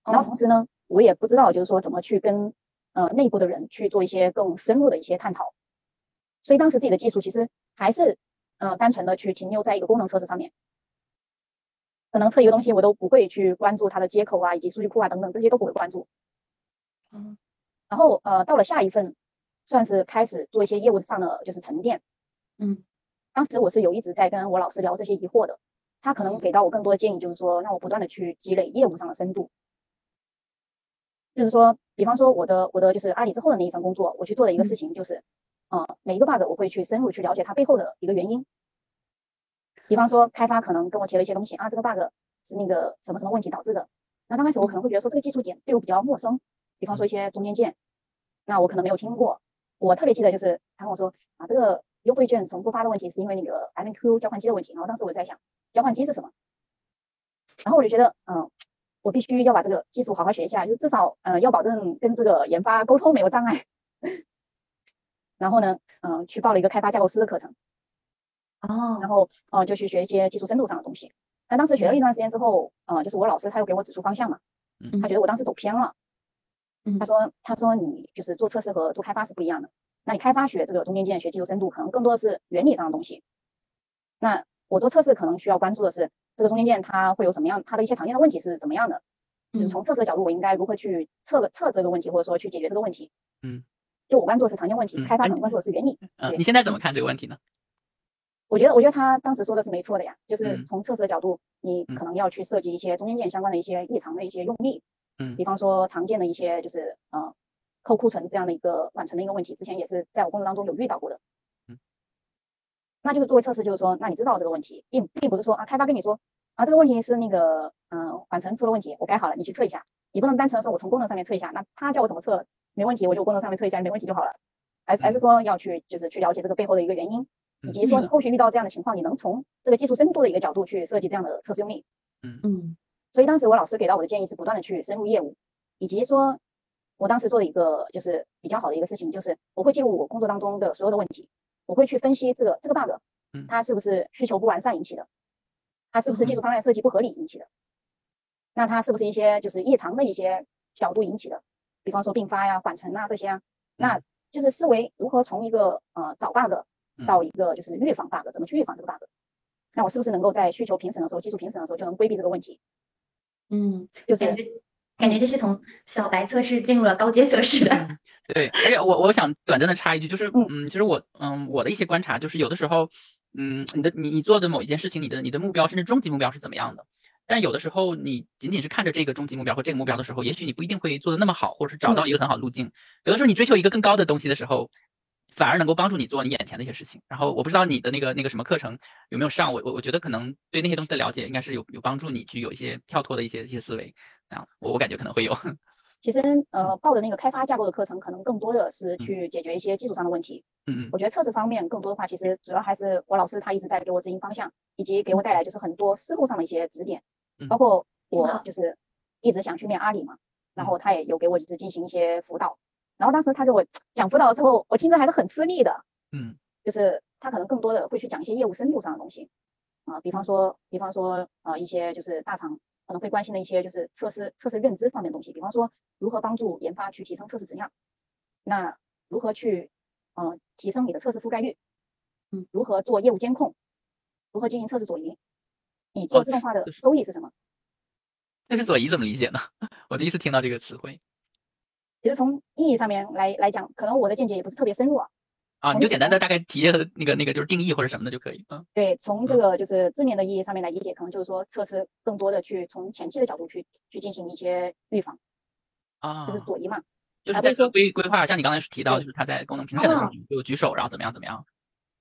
B: 然后
A: 哦
B: 同时呢，我也不知道就是说怎么去跟呃内部的人去做一些更深入的一些探讨，所以当时自己的技术其实还是呃单纯的去停留在一个功能测试上面，可能测一个东西我都不会去关注它的接口啊，以及数据库啊等等这些都不会关注。
A: 哦
B: 然后呃到了下一份，算是开始做一些业务上的就是沉淀。
A: 嗯
B: 当时我是有一直在跟我老师聊这些疑惑的，他可能给到我更多的建议，就是说让我不断的去积累业务上的深度，就是说，比方说我的我的就是阿里之后的那一份工作，我去做的一个事情就是，呃，每一个 bug 我会去深入去了解它背后的一个原因。比方说开发可能跟我提了一些东西啊，这个 bug 是那个什么什么问题导致的，那刚开始我可能会觉得说这个技术点对我比较陌生，比方说一些中间件，那我可能没有听过。我特别记得就是他跟我说啊，这个优惠券重复发的问题是因为那个 MQ 交换机的问题。然后当时我在想，交换机是什么？然后我就觉得，嗯、我必须要把这个技术好好学一下，就至少呃要保证跟这个研发沟通没有障 碍。然后呢，嗯、去报了一个开发架构师的课程。
A: 哦
B: 然后呃就去学一些技术深度上的东西。但当时学了一段时间之后，呃，就是我老师他又给我指出方向嘛，
C: 嗯
B: 他觉得我当时走偏了，
A: 嗯
B: 他说他说你就是做测试和做开发是不一样的，那你开发学这个中间件学技术深度，可能更多的是原理上的东西，那我做测试可能需要关注的是这个中间件它会有什么样，它的一些常见的问题是怎么样的，就是
A: 嗯
B: 从测试的角度，我应该如何去测个测这个问题，或者说去解决这个问题，
C: 嗯，
B: 就我关注的是常见问题，
C: 嗯
B: 开发
C: 哎
B: 可能关注的是原理，
C: 嗯，
B: 对
C: 你现在怎么看这个问题呢？嗯
B: 我觉得，我觉得他当时说的是没错的呀，就是
C: 嗯
B: 从测试的角度，你
C: 嗯
B: 可能要去设计一些中间件相关的一些异常的一些用力，
C: 嗯
B: 比方说常见的一些就是呃扣库存这样的一个缓存的一个问题，之前也是在我工作当中有遇到过的
C: 嗯。
B: 那就是作为测试，就是说，那你知道这个问题，并并不是说啊，开发跟你说啊，这个问题是那个嗯、呃缓存出了问题，我改好了，你去测一下，你不能单纯说我从功能上面测一下，那他叫我怎么测没问题，我就功能上面测一下没问题就好了，还是还是
C: 嗯
B: 说要去就是去了解这个背后的一个原因。以
C: 嗯
B: 及
C: 是
B: 说你
C: 的
B: 后续遇到这样的情况，你能从这个技术深度的一个角度去设计这样的测试用例。
A: 嗯
B: 所以当时我老师给到我的建议是不断的去深入业务，以及说我当时做的一个就是比较好的一个事情，就是我会记录我工作当中的所有的问题，我会去分析这个这个 bug，
C: 嗯
B: 它是不是需求不完善引起的，它是不是技术方案设计不合理引起的，那它是不是一些就是异常的一些角度引起的，比方说并发呀、缓存啊这些啊，那就是思维如何从一个呃找 bug 到一个就是预防 bug，怎么去预防这个 bug。那我是不是能够在需求评审的时候、技术评审的时候就能规避这个问题？
A: 嗯，
B: 就是
A: 感觉感觉这是从小白测试进入了高阶测试的。
C: 嗯对，而且我我想短暂的插一句，就是
B: 嗯
C: 嗯，其实我嗯我的一些观察就是有的时候，嗯，你的你你做的某一件事情，你的你的目标甚至终极目标是怎么样的，但有的时候你仅仅是看着这个终极目标和这个目标的时候，也许你不一定会做的那么好，或者是找
B: 嗯
C: 到一个很好的路径。有的时候你追求一个更高的东西的时候，反而能够帮助你做你眼前的一些事情。然后我不知道你的那个那个什么课程有没有上，我我我觉得可能对那些东西的了解应该是有有帮助你去有一些跳脱的一些一些思维啊，我我感觉可能会有，
B: 其实呃报的那个开发架构的课程，可能更多的是去解决一些技术上的问题。
C: 嗯嗯
B: 我觉得测试方面更多的话，其实主要还是我老师他一直在给我指引方向，以及给我带来就是很多思路上的一些指点
C: 嗯。
B: 包括
A: 挺
B: 我
A: 好
B: 就是一直想去面阿里嘛，然
C: 嗯
B: 后他也有给我就是进行一些辅导。然后当时他给我讲辅导之后，我听着还是很吃力的，
C: 嗯
B: 就是他可能更多的会去讲一些业务深度上的东西，啊、比方说，比方说，呃，一些就是大厂可能会关心的一些就是测试测试认知方面的东西，比方说如何帮助研发去提升测试质量，那如何去，呃，提升你的测试覆盖率，
A: 嗯，
B: 如何做业务监控，如何进行测试左移，你做
C: 哦
B: 自动
C: 这
B: 化的
C: 就是
B: 收益是什么？
C: 但是左移怎么理解呢？ 我第一次听到这个词汇
B: 其实从意义上面来来讲，可能我的见解也不是特别深入啊，
A: 哦
C: 啊，你
B: 从
C: 就
B: 简
C: 简单的
B: 单
C: 大概提一下它的那个那个就是定义或者什么的就可以。嗯
B: 对，从这
C: 嗯
B: 个就是字面的意义上面来理解，可能就是说测试更多的去从前期的角度去去进行一些预防，
C: 啊
B: 就是，左移嘛。
C: 就是
B: 啊
C: 在
B: 对
C: 这个
B: 就
C: 规规划，像你刚才是提到，
B: 对
C: 就是他在功能评审的时候
A: 哦
C: 就举手，然后怎么样怎么样，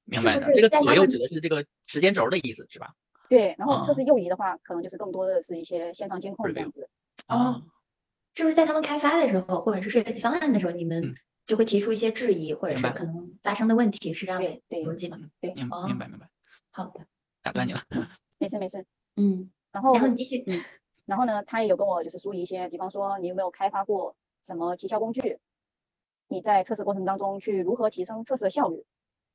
C: 明
A: 是
C: 白
A: 不
C: 的。
A: 是
C: 这个
A: 在
C: 左
A: 他
C: 右
A: 们
C: 指的是这个时间轴的意思是吧？
B: 对，然后测
C: 啊
B: 试右移的话，可能就是更多的是一些线上监控这
C: Review
B: 样子。
A: 哦
C: 啊，
A: 是不是在他们开发的时候，或者是设计方案的时候，你们
C: 嗯
A: 就会提出一些质疑，或者
C: 明
A: 是
C: 白
A: 可能发生的问题，是这样的
B: 对对
A: 逻辑吗？
C: 嗯
B: 对
C: 明
A: 哦
C: 明白明白，
A: 好的，
C: 打断你了。
B: 没事没事。
A: 嗯，
B: 然后
A: 然后你继续，
B: 嗯，然后呢，他也有跟我就是梳理一些，比方说你有没有开发过什么提效工具，你在测试过程当中去如何提升测试的效率。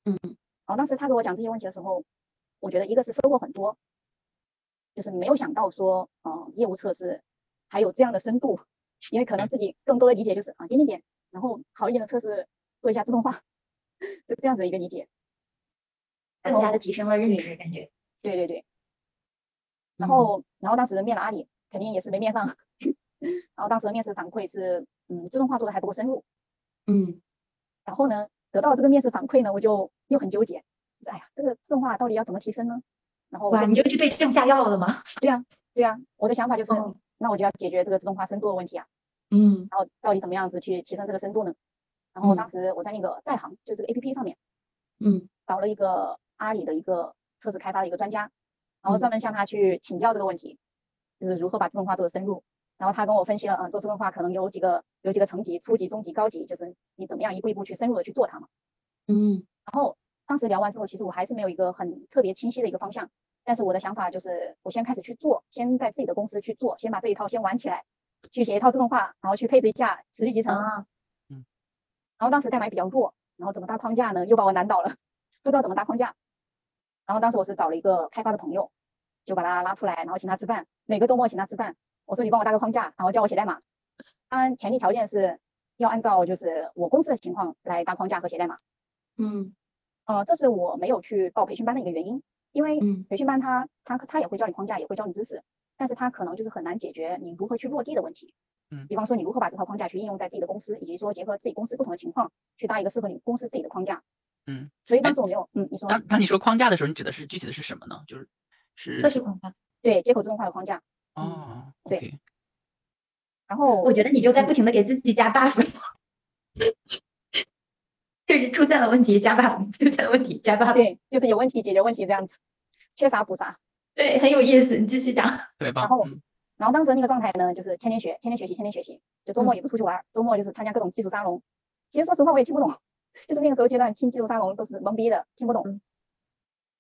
A: 嗯，
B: 然后当时他给我讲这些问题的时候，我觉得一个是收获很多，就是没有想到说，呃，业务测试还有这样的深度，因为可能自己更多的理解就是啊点点点，然后好一点的测试做一下自动化， 就这样子的一个理解。然
A: 更加
B: 后
A: 的提升了认
B: 对
A: 知，感觉。
B: 对对对，
A: 嗯
B: 然后然后当时面了阿里，肯定也是没面上。 然后当时的面试反馈是，嗯，自动化做的还不够深入。
A: 嗯，
B: 然后呢，得到这个面试反馈呢，我就又很纠结，就是哎呀，这个自动化到底要怎么提升呢？然后我
A: 哇，你就去对症下药了吗？
B: 对啊，对啊，我的想法就是，
A: 哦
B: 那我就要解决这个自动化深度的问题啊。
A: 嗯
B: 然后到底怎么样子去提升这个深度呢？然后当时我在那个在行，就是这个 A P P 上面
A: 嗯
B: 找了一个阿里的一个测试开发的一个专家，然后
A: 嗯
B: 专门向他去请教这个问题，就是如何把自动化做得深入。然后他跟我分析了，嗯，做自动化可能有几个有几个层级，初级、中级、高级，就是你怎么样一步一步去深入的去做它嘛。
A: 嗯
B: 当时聊完之后，其实我还是没有一个很特别清晰的一个方向，但是我的想法就是，我先开始去做，先在自己的公司去做，先把这一套先玩起来，去写一套自动化，然后去配置一下持续集成，
A: 啊，
B: 然后当时代码也比较弱，然后怎么搭框架呢，又把我难倒了，不知道怎么搭框架。然后当时我是找了一个开发的朋友，就把他拉出来，然后请他吃饭，每个周末请他吃饭。我说你帮我搭个框架，然后教我写代码。当然前提条件是要按照就是我公司的情况来搭框架和写代码。
A: 嗯
B: 呃，这是我没有去报培训班的一个原因，因为
A: 嗯
B: 培训班它它它也会教你框架，也会教你知识，但是它可能就是很难解决你如何去落地的问题。
C: 嗯
B: 比方说你如何把这套框架去应用在自己的公司，以及说结合自己公司不同的情况去搭一个适合你公司自己的框架。
C: 嗯，
B: 所以
C: 哎
B: 当时我没有，嗯，你说
C: 当当你说框架的时候，你指的是具体的是什么呢？就是是
A: 测试嗯框架。
B: 对接口自动化的框架，
C: 哦
B: 对
C: ，OK，
B: 然后
A: 我觉得你就在不停的给自己加 buff，就是出现了问题加 buff，出现了问题加 buff，
B: 对，就是有问题解决问题这样子，缺啥补啥。
A: 对，很有意思。你继续讲。
C: 特别棒
B: 后，
C: 嗯
B: 然后当时那个状态呢，就是天天学，天天学习，天天学习，就周末也不出去玩儿，周末就是参加各种技术沙龙。其实说实话，我也听不懂， 就是那个时候阶段听技术沙龙都是懵逼的，听不懂
A: 嗯。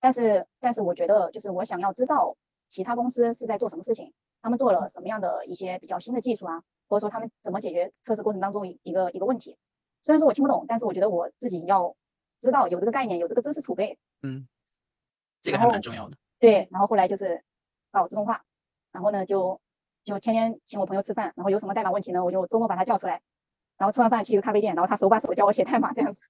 B: 但是，但是我觉得就是我想要知道其他公司是在做什么事情，他们做了什么样的一些比较新的技术啊，或者说他们怎么解决测试过程当中一一个一个问题。虽然说我听不懂，但是我觉得我自己要知道有这个概念，有这个知识储备，
C: 这个
B: 然
C: 还蛮
B: 后
C: 重要的。
B: 对，然后后来就是搞自动化，然后呢就就天天请我朋友吃饭，然后有什么代码问题呢，我就周末把他叫出来，然后吃完饭去一个咖啡店，然后他手把手教我写代码这样子。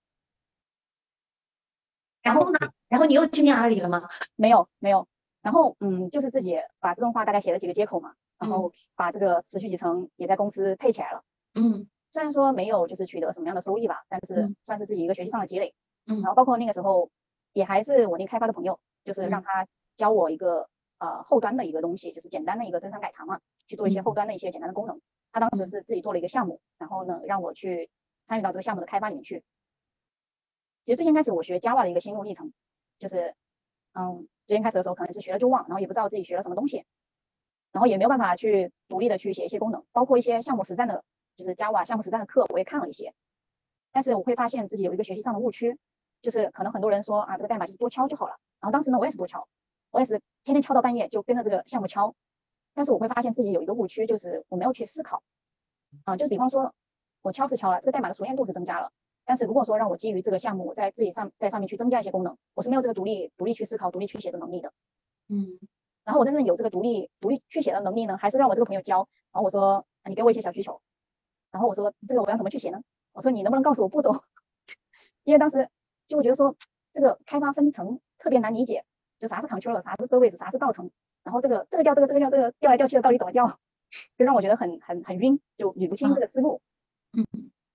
A: 然后呢？然后你又去面阿里了吗？
B: 没有没有，然后嗯，就是自己把自动化大概写了几个接口嘛，然后把这个持续集成也在公司配起来了。
A: 嗯
B: 虽然说没有就是取得什么样的收益吧，但是
A: 嗯
B: 算是自己一个学习上的积累。
A: 嗯
B: 然后包括那个时候也还是我那个开发的朋友，就是
A: 嗯
B: 让他教我一个呃后端的一个东西，就是简单的一个增删改查嘛，去做一些
A: 嗯
B: 后端的一些简单的功能。他当时
A: 嗯
B: 是自己做了一个项目，然后呢让我去参与到这个项目的开发里面去。其实最先开始我学 Java 的一个心路历程，就是嗯最先开始的时候可能是学了就忘，然后也不知道自己学了什么东西，然后也没有办法去独立的去写一些功能，包括一些项目实战的，就是 Java 项目实战的课我也看了一些，但是我会发现自己有一个学习上的误区，就是可能很多人说啊这个代码就是多敲就好了，然后当时呢我也是多敲，我也是天天敲到半夜就跟着这个项目敲，但是我会发现自己有一个误区，就是我没有去思考，啊就比方说我敲是敲了，这个代码的熟练度是增加了。但是如果说让我基于这个项目，我在自己上在上面去增加一些功能，我是没有这个独立独立去思考、独立去写的能力的。
A: 嗯
B: 然后我真正有这个独立独立去写的能力呢，还是让我这个朋友教。然后我说，啊你给我一些小需求。然后我说，这个我要怎么去写呢？我说，你能不能告诉我步骤？ 因为当时就会觉得说，这个开发分层特别难理解，就啥是 controller，啥是 service，啥是道程，然后这个这个调这个这个调这个调来调去的到底怎么调， 就让我觉得很很很晕，就捋不清这个思路。
A: 嗯，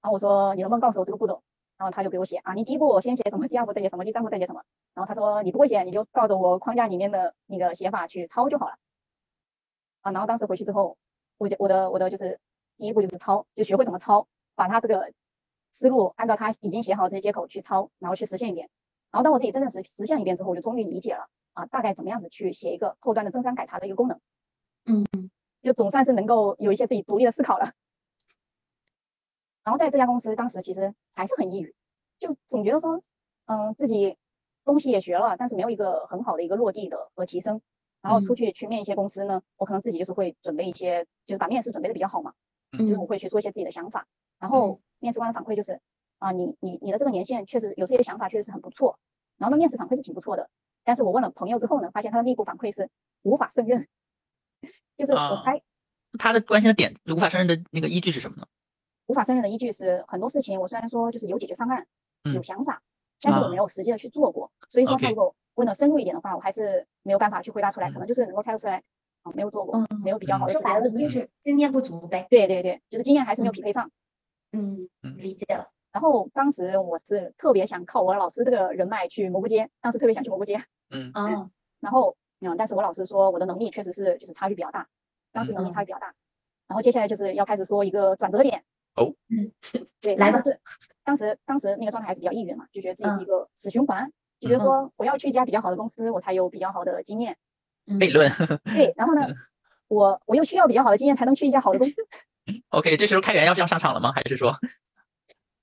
B: 然后我说，你能不能告诉我这个步骤？然后他就给我写啊，你第一步先写什么，第二步再写什么，第三步再写什么。然后他说你不会写，你就照着我框架里面的那个写法去抄就好了。啊，然后当时回去之后，我就我的我的就是第一步就是抄，就学会怎么抄，把他这个思路按照他已经写好这些接口去抄，然后去实现一遍。然后当我自己真正实实现一遍之后，我就终于理解了啊，大概怎么样子去写一个后端的增删改查的一个功能。
A: 嗯，
B: 就总算是能够有一些自己独立的思考了。然后在这家公司，当时其实还是很抑郁，就总觉得说，嗯，自己东西也学了，但是没有一个很好的一个落地的和提升。然后出
A: 嗯
B: 去去面一些公司呢，我可能自己就是会准备一些，就是把面试准备的比较好嘛，
C: 嗯
B: 就是我会去说一些自己的想法。然后面试官的反馈就是，啊，你你你的这个年限确实有这些想法确实是很不错，然后呢面试反馈是挺不错的，但是我问了朋友之后呢，发现他的内部反馈是无法胜任， 就是我
C: 啊
B: 猜
C: 他的关心的点，无法胜任的那个依据是什么呢？
B: 无法胜任的依据是很多事情，我虽然说就是有解决方案，有
C: 嗯
B: 想法，但是我
C: 啊
B: 没有实际的去做过。所以说他
C: OK
B: 如果问的深入一点的话，我还是没有办法去回答出来，可
C: 嗯
B: 能就是能够猜得出来，啊，没有做过，没有比较好
C: 嗯
B: 的
A: 说
B: 实践
A: 白了就
C: 嗯
A: 是经验不足呗。
B: 对对对，就是经验还是没有
A: 嗯
B: 匹配上。
A: 嗯，
C: 嗯
A: 理解了。
B: 然后当时我是特别想靠我老师这个人脉去蘑菇街，当时特别想去蘑菇街，
C: 嗯
A: 哦，
B: 然后嗯，但是我老师说我的能力确实是就是差距比较大，当时
A: 嗯
B: 能力差距比较大。然后接下来就是要开始说一个转折点。
C: 哦，
A: 嗯，
B: 对，
A: 来
B: 当
A: 吧
B: 时当时当时那个状态还是比较抑郁嘛，就觉得自己
A: 嗯
B: 是一个死循环，就觉
A: 嗯
B: 得说我要去一家比较好的公司，我才有比较好的经 验。
A: 嗯
C: 悖论。
B: 对，然后呢，我我又需要比较好的经验才能去一家好 的公司。
C: OK，这时候开源要这样上场了吗？还是说，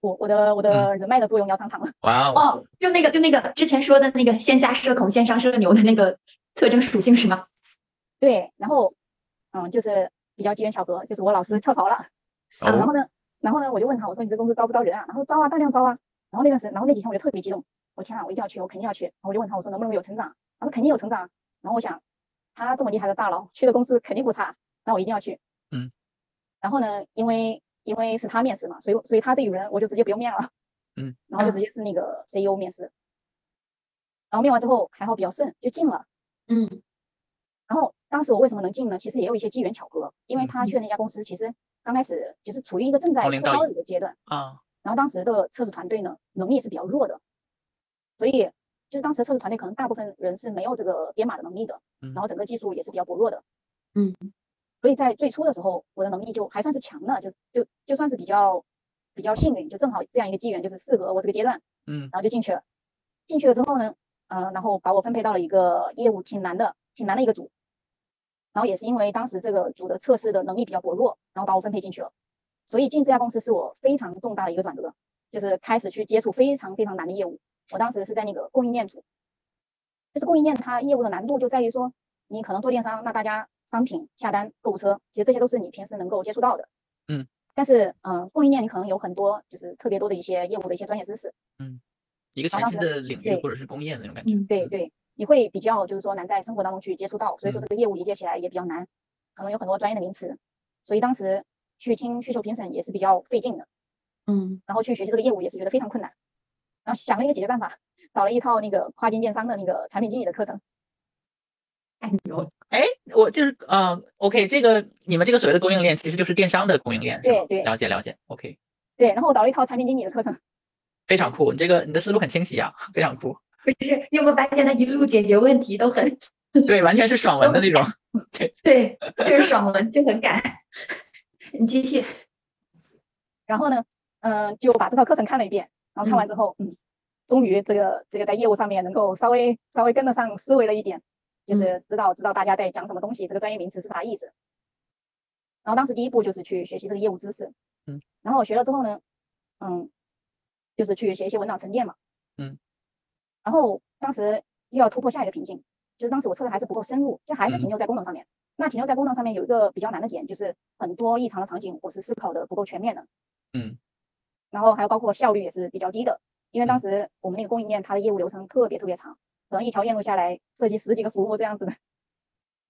B: 我我的我
A: 嗯
B: 的人脉的作用要上场了。
C: 哇哦，
A: 哦，就那个就那个之前说的那个线下社恐、线上社牛的那个特征属性是吗？
B: 对，然后嗯，就是比较机缘巧合，就是我老
A: 嗯
B: 师跳槽了。啊，然
C: 哦
B: 后呢，然后呢，我就问他，我说你这公司招不招人啊？然后招啊，大量招啊。然后那段时，然后那几天我就特别激动，我天啊，我一定要去，我肯定要去。然后我就问他，我说能不能有成长？老师肯定有成长。然后我想，他这么厉害的大佬，去的公司肯定不差，那我一定要去。
C: 嗯。
B: 然后呢，因为因为是他面试嘛，所以所以他这一轮我就直接不用面了。
C: 嗯。
B: 然后就直接是那个 CEO 面试。然后面完之后还好比较顺，就进了。
A: 嗯
B: 然后当时我为什么能进呢？其实也有一些机缘巧合，因为
C: 嗯
B: 他去的那家公司其实刚开始就是处于一个正在
C: 从零
B: 扩
C: 到
B: 招
C: 一
B: 的一个阶段，
C: 啊，
B: 然后当时的测试团队呢能力是比较弱的，所以就是当时测试团队可能大部分人是没有这个编码的能力的，
C: 嗯
B: 然后整个技术也是比较薄弱的，
A: 嗯，
B: 所以在最初的时候我的能力就还算是强的，就就就算是比较比较幸运，就正好这样一个机缘就是适合我这个阶段，
C: 嗯
B: 然后就进去了。进去了之后呢，呃，然后把我分配到了一个业务挺难的、挺难的一个组，然后也是因为当时这个组的测试的能力比较薄弱，然后把我分配进去了。所以进这家公司是我非常重大的一个转折，就是开始去接触非常非常难的业务。我当时是在那个供应链组，就是供应链它业务的难度就在于说，你可能做电商，那大家商品下单、购物车，其实这些都是你平时能够接触到的。
C: 嗯。
B: 但是，嗯、供应链你可能有很多就是特别多的一些业务的一些专业知识，
C: 一个
B: 然
C: 全
B: 后
C: 新
B: 呢
C: 的领域
B: 对
C: 或者是工业的那种感觉。
A: 嗯
B: 对
C: 嗯
B: 对，你会比较就是说难在生活当中去接触到，所以说
C: 嗯
B: 这个业务理解起来也比较难，可能有很多专业的名词，所以当时去听需求评审也是比较费劲的，
A: 嗯
B: 然后去学习这个业务也是觉得非常困难，然后想了一个解决办法，找了一套那个跨境电商的那个产品经理的课程，
C: 哎，我就是啊、呃 o k 这个你们这个所谓的供应链其实就是电商的供应链，是
B: 对
C: 吗
B: 对
C: 了解了解，OK，
B: 对，然后我找了一套产品经理的课程，
C: 非常酷，你这个你的思路很清晰啊， 非常 酷，
A: 不是，你有没有发现他一路解决问题都很
C: 对，完全是爽文 的那种。
A: 对，就是爽文就很敢。你继续，
B: 然后呢，嗯、就把这套课程看了一遍，然后看完之后，嗯，终于这个这个在业务上面能够稍微稍微跟得上思维了一点，
C: 嗯
B: 就是知道知道大家在讲什么东西，这个专业名词是啥意思。然后当时第一步就是去学习这个业务知识，
C: 嗯，
B: 然后我学了之后呢，嗯，就是去写一些文档沉淀嘛，
C: 嗯，
B: 然后当时又要突破下一个瓶颈，就是当时我测的还是不够深入，就还是
C: 嗯
B: 停留在功能上面。那停留在功能上面有一个比较难的点，就是很多异常的场景我是思考的不够全面的。
C: 嗯，
B: 然后还有包括效率也是比较低的，因为
C: 嗯
B: 当时我们那个供应链它的业务流程特别特别长，可能一条链路下来涉及十几个服务这样子的。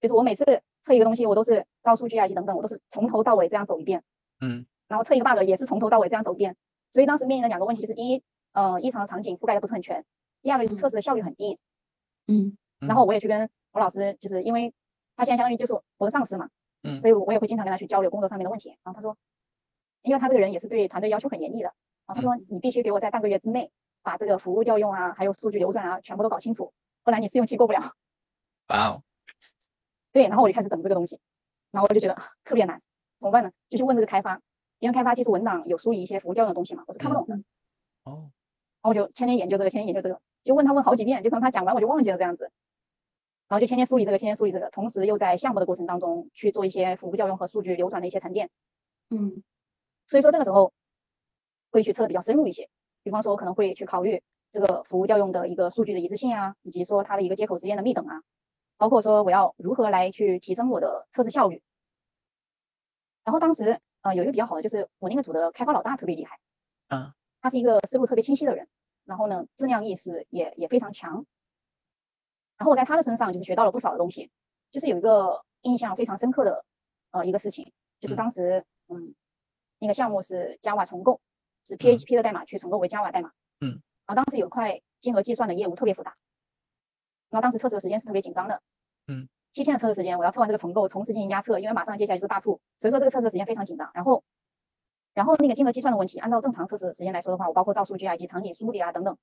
B: 就是我每次测一个东西，我都是到数据啊以及等等，我都是从头到尾这样走一遍，
C: 嗯
B: 然后测一个 bug 也是从头到尾这样走一遍。所以当时面临的两个问题就是：第一，呃，异常的场景覆盖的不是很全；第二个就是测试的效率很低。
A: 嗯
B: 然后我也去跟我老师，就是因为他现在相当于就是我的上司嘛，
C: 嗯
B: 所以我也会经常跟他去交流工作上面的问题。然后他说，因为他这个人也是对团队要求很严厉的，啊，他说你必须给我在半个月之内把这个服务调用啊，还有数据流转啊，全部都搞清楚，不然你试用期过不了。
C: 哇哦，
B: 对，然后我就开始等这个东西，然后我就觉得啊特别难，怎么办呢？就去问这个开发，因为开发技术文档有梳理一些服务调用的东西嘛，我是看不懂的，然
C: 哦，
B: 后我就天天研究这个，天天研究这个，就问他问好几遍，就可能他讲完我就忘记了这样子。然后就天天梳理这个，天天梳理这个，同时又在项目的过程当中去做一些服务调用和数据流转的一些沉淀，
A: 嗯
B: 所以说这个时候会去测的比较深入一些。比方说，我可能会去考虑这个服务调用的一个数据的一致性啊，以及说它的一个接口之间的密等啊，包括说我要如何来去提升我的测试效率。然后当时呃有一个比较好的就是我那个组的开发老大特别厉害，
C: 嗯，
B: 他是一个思路特别清晰的人，然后呢质量意识也也非常强。然后我在他的身上就是学到了不少的东西，就是有一个印象非常深刻的呃一个事情，就是
C: 嗯
B: 当时嗯那个项目是 Java 重构，是
C: 嗯
B: PHP 的代码去重构为 Java 代码。
C: 嗯。
B: 然后当时有一块金额计算的业务特别复杂，然后当时测试的时间是特别紧张的。
C: 嗯。
B: 七天的测试时间，我要测完这个重构，同时进行压测，因为马上接下来就是大促，所以说这个测试时间非常紧张。然后，然后那个金额计算的问题，按照正常测试的时间来说的话，我包括造数据啊以及场景梳理啊等等，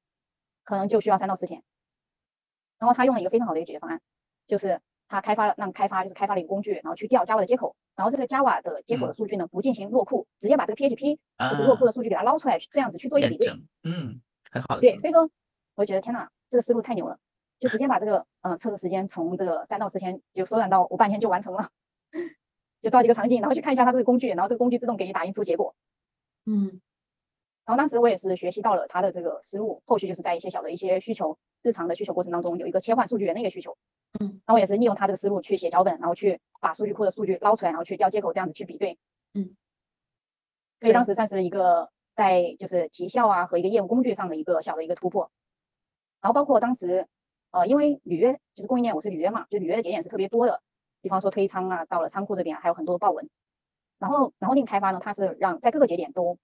B: 可能就需要三到四天。然后他用了一个非常好的一个解决方案，就是他开发了让开发就是开发了一个工具，然后去调 Java 的接口，然后这个 Java 的接口的数据呢不进行落库，直接把这个 PHP
C: 嗯啊
B: 就是，落库的数据给它捞出来，这样子去做一个比
C: 验
B: 对。
C: 证，嗯，很好的
B: 对，
C: 思
B: 所
C: 路，
B: 以说我觉得天呐，这个思路太牛了，就直接把这个呃测试时间从这个三到四天就缩短到我半天就完成了， 就到一个场景，然后去看一下它这个工具，然后这个工具自动给你打印出结果。
A: 嗯
B: 然后当时我也是学习到了它的这个思路，后续就是在一些小的一些需求、日常的需求过程当中，有一个切换数据源的一个需求。
A: 嗯，
B: 那我也是利用它这个思路去写脚本，然后去把数据库的数据捞出来，然后去调接口，这样子去比对。
A: 嗯，
B: 所以当
A: 对
B: 时算是一个在就是提效啊和一个业务工具上的一个小的一个突破。然后包括当时，嗯、呃，因为履约就是供应链，我是履约嘛，就履约的节点是特别多的，比方说推仓啊，到了仓库这边还有很多豹纹。然后，然后另开发呢，它是让在各个节点都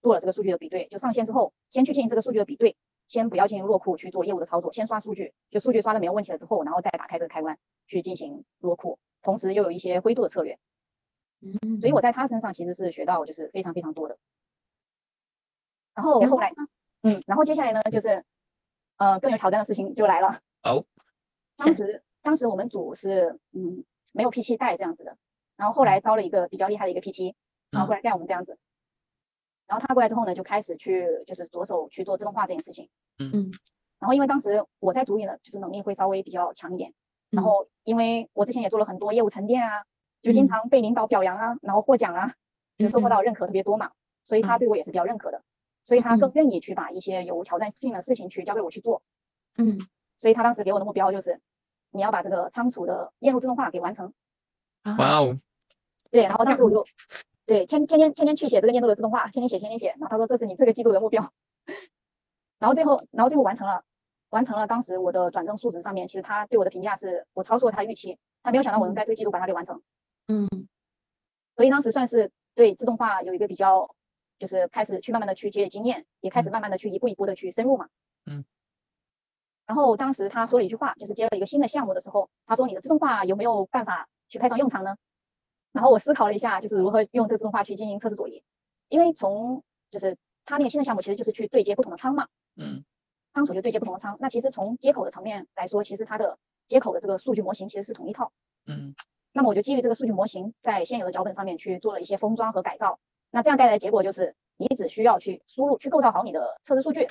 B: 做了这个数据的比对，就上线之后，先去进行这个数据的比对，先不要进行落库去做业务的操作，先刷数据，就数据刷的没有问题了之后，然后再打开这个开关去进行落库，同时又有一些灰度的策略。
A: 嗯
B: 所以我在他身上其实是学到就是非常非常多的。然后后来，嗯，然后接下来呢就是，呃，更有挑战的事情就来了。
C: 哦，
B: 当时当时我们组是嗯没有 P 七带这样子的，然后后来招了一个比较厉害的一个 P 七，然后过来带我们这样子。然后他过来之后呢，就开始去就是着手去做自动化这件事情。
C: 嗯
A: 嗯。
B: 然后因为当时我在组里呢，就是能力会稍微比较强一点，
A: 嗯
B: 然后因为我之前也做了很多业务沉淀啊，就经
A: 嗯
B: 常被领导表扬啊，然后获奖啊，就收获
A: 嗯
B: 到认可特别多嘛，所以他
A: 嗯
B: 对我也是比较认可的，所以他更
A: 嗯
B: 愿意去把一些有挑战性的事情去交给我去做。
A: 嗯
B: 所以他当时给我的目标就是，你要把这个仓储的链路自动化给完成。
C: 哇哦，
B: 对，然后当时我
A: 嗯
B: 就，对，天天天天天去写这个链路的自动化，天天写，天天写。然后他说这是你这个季度的目标。 然后最后，然后最后完成了，完成了。当时我的转正数值上面，其实他对我的评价是我超出了他的预期，他没有想到我能在这个季度把它给完成。
A: 嗯
B: 所以当时算是对自动化有一个比较，就是开始去慢慢的去积累经验，也开始慢慢的去一步一步的去深入嘛。
C: 嗯。
B: 然后当时他说了一句话，就是接了一个新的项目的时候，他说你的自动化有没有办法去派上用场呢？然后我思考了一下，就是如何用这个自动化去经营测试作业，因为从就是他那个新的项目其实就是去对接不同的仓嘛，
C: 嗯
B: 仓储就对接不同的仓。那其实从接口的层面来说，其实它的接口的这个数据模型其实是同一套。
C: 嗯
B: 那么我就基于这个数据模型，在现有的脚本上面去做了一些封装和改造。那这样带来的结果就是，你只需要去输入、去构造好你的测试数据，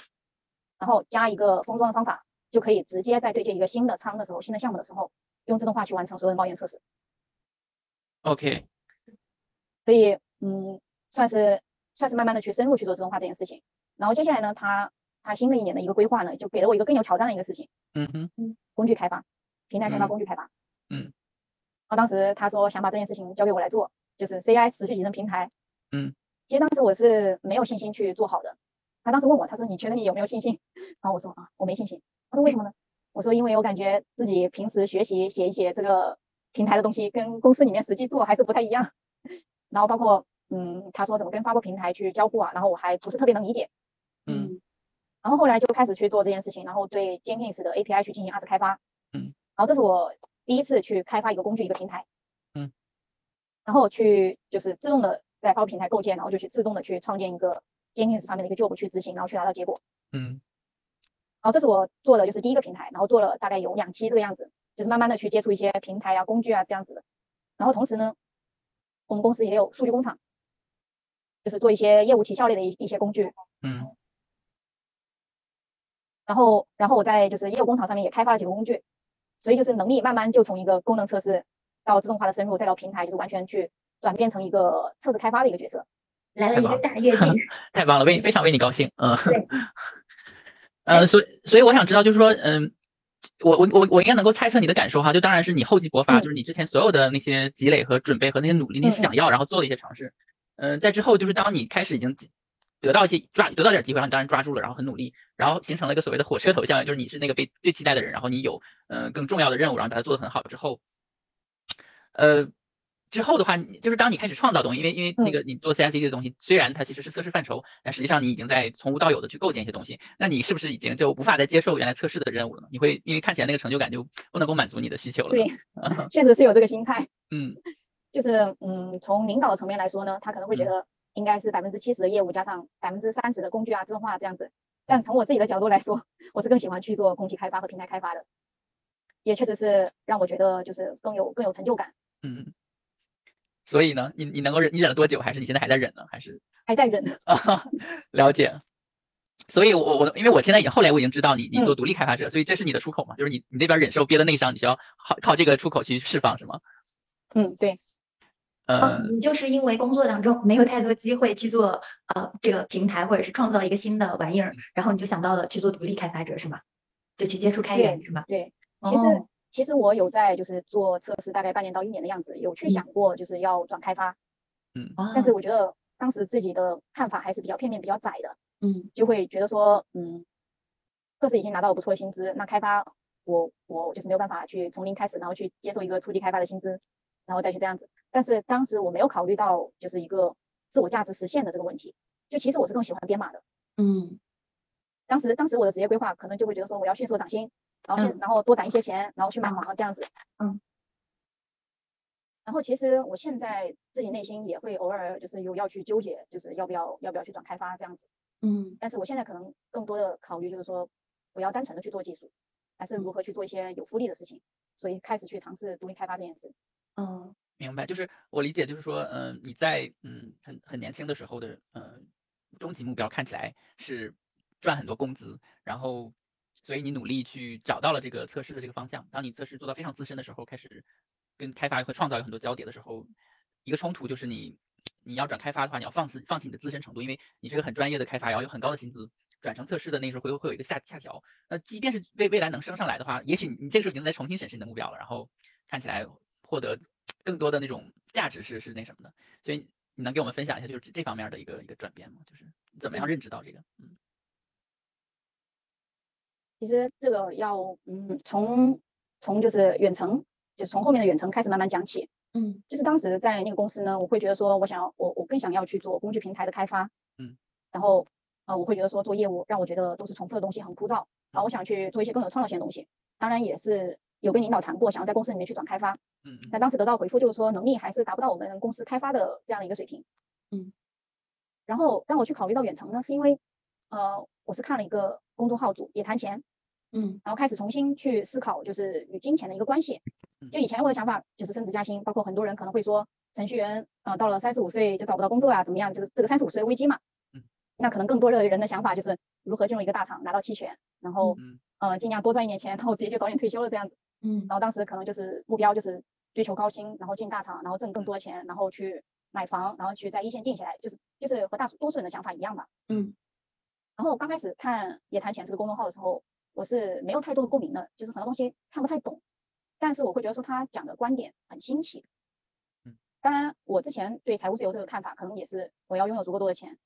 B: 然后加一个封装的方法，就可以直接在对接一个新的仓的时候、新的项目的时候，用自动化去完成所有的冒烟测试。
C: ，OK，
B: 所以，嗯，算是算是慢慢的去深入去做自动化这件事情。然后接下来呢，他他新的一年的一个规划呢，就给了我一个更有挑战的一个事情。
C: 嗯哼，
B: 工具开发，平台开发
C: 嗯
B: 工具开发。
C: 嗯。
B: 然后当时他说想把这件事情交给我来做，就是 CI 持续集成平台。
C: 嗯。
B: 其实当时我是没有信心去做好的。他当时问我，他说你觉得你有没有信心？然后我说啊，我没信心。他说为什么呢？我说因为我感觉自己平时学习写一写这个平台的东西，跟公司里面实际做还是不太一样。然后包括嗯，他说怎么跟发布平台去交互啊，然后我还不是特别能理解。
C: 嗯
B: 然后后来就开始去做这件事情，然后对坚定式的 API 去进行二次开发。
C: 嗯，
B: 然后这是我第一次去开发一个工具一个平台。
C: 嗯，
B: 然后去就是自动的在包平台构建，然后就去自动的去创建一个坚定式上面的一个 job 去执行，然后去拿到结果。
C: 嗯
B: 然后这是我做的就是第一个平台，然后做了大概有两期这个样子，就是慢慢的去接触一些平台啊、工具啊这样子的。然后同时呢，我们公司也有数据工厂，就是做一些业务提效类的一一些工具。
C: 嗯
B: 然后然后我在就是业务工厂上面也开发了几个工具，所以就是能力慢慢就从一个功能测试到自动化的深入，再到平台，就是完全去转变成一个测试开发的一个角色。
A: 来了
C: 太
A: 一
C: 棒
A: 个
C: 了
A: 大跃进。
C: 太棒了，为你非常为你高兴，嗯
A: 对，
C: 呃，所以所以我想知道，就是说，嗯。我我我我应该能够猜测你的感受哈，就当然是你厚积薄发，
B: 嗯
C: 就是你之前所有的那些积累和准备和那些努力，你
B: 嗯嗯
C: 想要然后做的一些尝试，嗯、在之后就是当你开始已经得到一些抓得到点机会，然后你当然抓住了，然后很努力，然后形成了一个所谓的火车头效应，就是你是那个被最期待的人，然后你有嗯、呃更重要的任务，然后把它做得很好之后，呃，之后的话，你就是当你开始创造东西，因为因为那
B: 嗯
C: 个你做 CICD 的东西，虽然它其实是测试范畴，但实际上你已经在从无到有的去构建一些东西。那你是不是已经就无法再接受原来测试的任务了呢？你会因为看起来那个成就感就不能够满足你的需求了呢。
B: 对，确实是有这个心态。
C: 嗯
B: 就是嗯，从领导的层面来说呢，他可能会觉
C: 嗯
B: 得应该是百分之七十的业务加上百分之三十的工具啊、自动化这样子。但从我自己的角度来说，我是更喜欢去做工具开发和平台开发的，也确实是让我觉得就是更有更有成就感。
C: 嗯。所以呢，你你能够忍，你忍了多久？还是你现在还在忍呢？还是
B: 还在忍，
C: 啊，了解。所以我，我我因为我现在也后来我已经知道你你
B: 嗯
C: 做独立开发者，所以这是你的出口嘛，就是你你那边忍受憋的内伤，你需要靠靠这个出口去释放，是吗？
B: 嗯，对。
A: 哦，
C: 嗯
A: 你就是因为工作当中没有太多机会去做呃这个平台，或者是创造一个新的玩
B: 嗯
A: 意儿，然后你就想到了去做独立开发者是吗？就去接触开源
B: 对
A: 是吗？
B: 对，其实、
A: 哦
B: 其实我有在就是做测试，大概半年到一年的样子，有去
A: 嗯
B: 想过就是要转开发，
A: 哦，
B: 但是我觉得当时自己的看法还是比较片面、比较窄的，
A: 嗯
B: 就会觉得说，嗯，测试已经拿到了不错的薪资，那开发我我就是没有办法去从零开始，然后去接受一个初级开发的薪资，然后再去这样子。但是当时我没有考虑到就是一个自我价值实现的这个问题，就其实我是更喜欢编码的。
A: 嗯
B: 当时当时我的职业规划可能就会觉得说我要迅速地涨薪，然后现、
A: 嗯
B: 然后多攒一些钱，然后去买
A: 嗯
B: 房这样子。
A: 嗯。
B: 然后其实我现在自己内心也会偶尔就是有要去纠结，就是要不要要不要去转开发这样子。
A: 嗯
B: 但是我现在可能更多的考虑就是说，不要单纯的去做技术，而是
A: 嗯
B: 如何去做一些有复利的事情。所以开始去尝试独立开发这件事。
A: 哦
C: 明白，就是我理解，就是说，嗯、你在嗯很很年轻的时候的，嗯、终极目标看起来是赚很多工资，然后，所以你努力去找到了这个测试的这个方向。当你测试做到非常资深的时候，开始跟开发和创造有很多交叠的时候，一个冲突就是你你要转开发的话，你要放弃放弃你的资深程度，因为你是个很专业的开发，然后有很高的薪资。转成测试的那时候会会有一个下下调，那呃即便是未未来能升上来的话，也许你你这个时候已经在重新审视你的目标了，然后看起来获得更多的那种价值是是那什么的，所以你能给我们分享一下就是这这方面儿的一个一个转变吗？就是你怎么样认知到这个？嗯
B: 其实这个要嗯从从就是远程，就是从后面的远程开始慢慢讲起。
A: 嗯
B: 就是当时在那个公司呢，我会觉得说，我想要我我更想要去做工具平台的开发，
C: 嗯，
B: 然后呃，我会觉得说做业务让我觉得都是重复的东西很枯燥，然后
C: 嗯
B: 我想去做一些更有创造性的东西。当然也是有跟领导谈过，想要在公司里面去转开发，
C: 嗯嗯
B: 但当时得到回复就是说能力还是达不到我们公司开发的这样的一个水平。
A: 嗯，
B: 然后让我去考虑到远程呢，是因为呃，我是看了一个公众号主也谈钱，
A: 嗯
B: 然后开始重新去思考，就是与金钱的一个关系
C: 嗯。
B: 就以前我的想法就是升职加薪，包括很多人可能会说，程序员呃到了三十五岁就找不到工作啊，怎么样？就是这个三十五岁危机嘛
C: 嗯。
B: 那可能更多的人的想法就是如何进入一个大厂拿到期权，然后
C: 嗯
B: 呃尽量多赚一点钱，然后直接就早点退休了这样子。
A: 嗯
B: 然后当时可能就是目标就是追求高薪，然后进大厂，然后挣更多钱，然后去买房，然后去在一线定下来，就是就是和大多数人的想法一样吧。
A: 嗯
B: 然后刚开始看《也谈钱》这个公众号的时候，我是没有太多的共鸣的，就是很多东西看不太懂，但是我会觉得说他讲的观点很新奇。
C: 嗯，
B: 当然，我之前对财务自由这个看法，可能也是我要拥有足够多的钱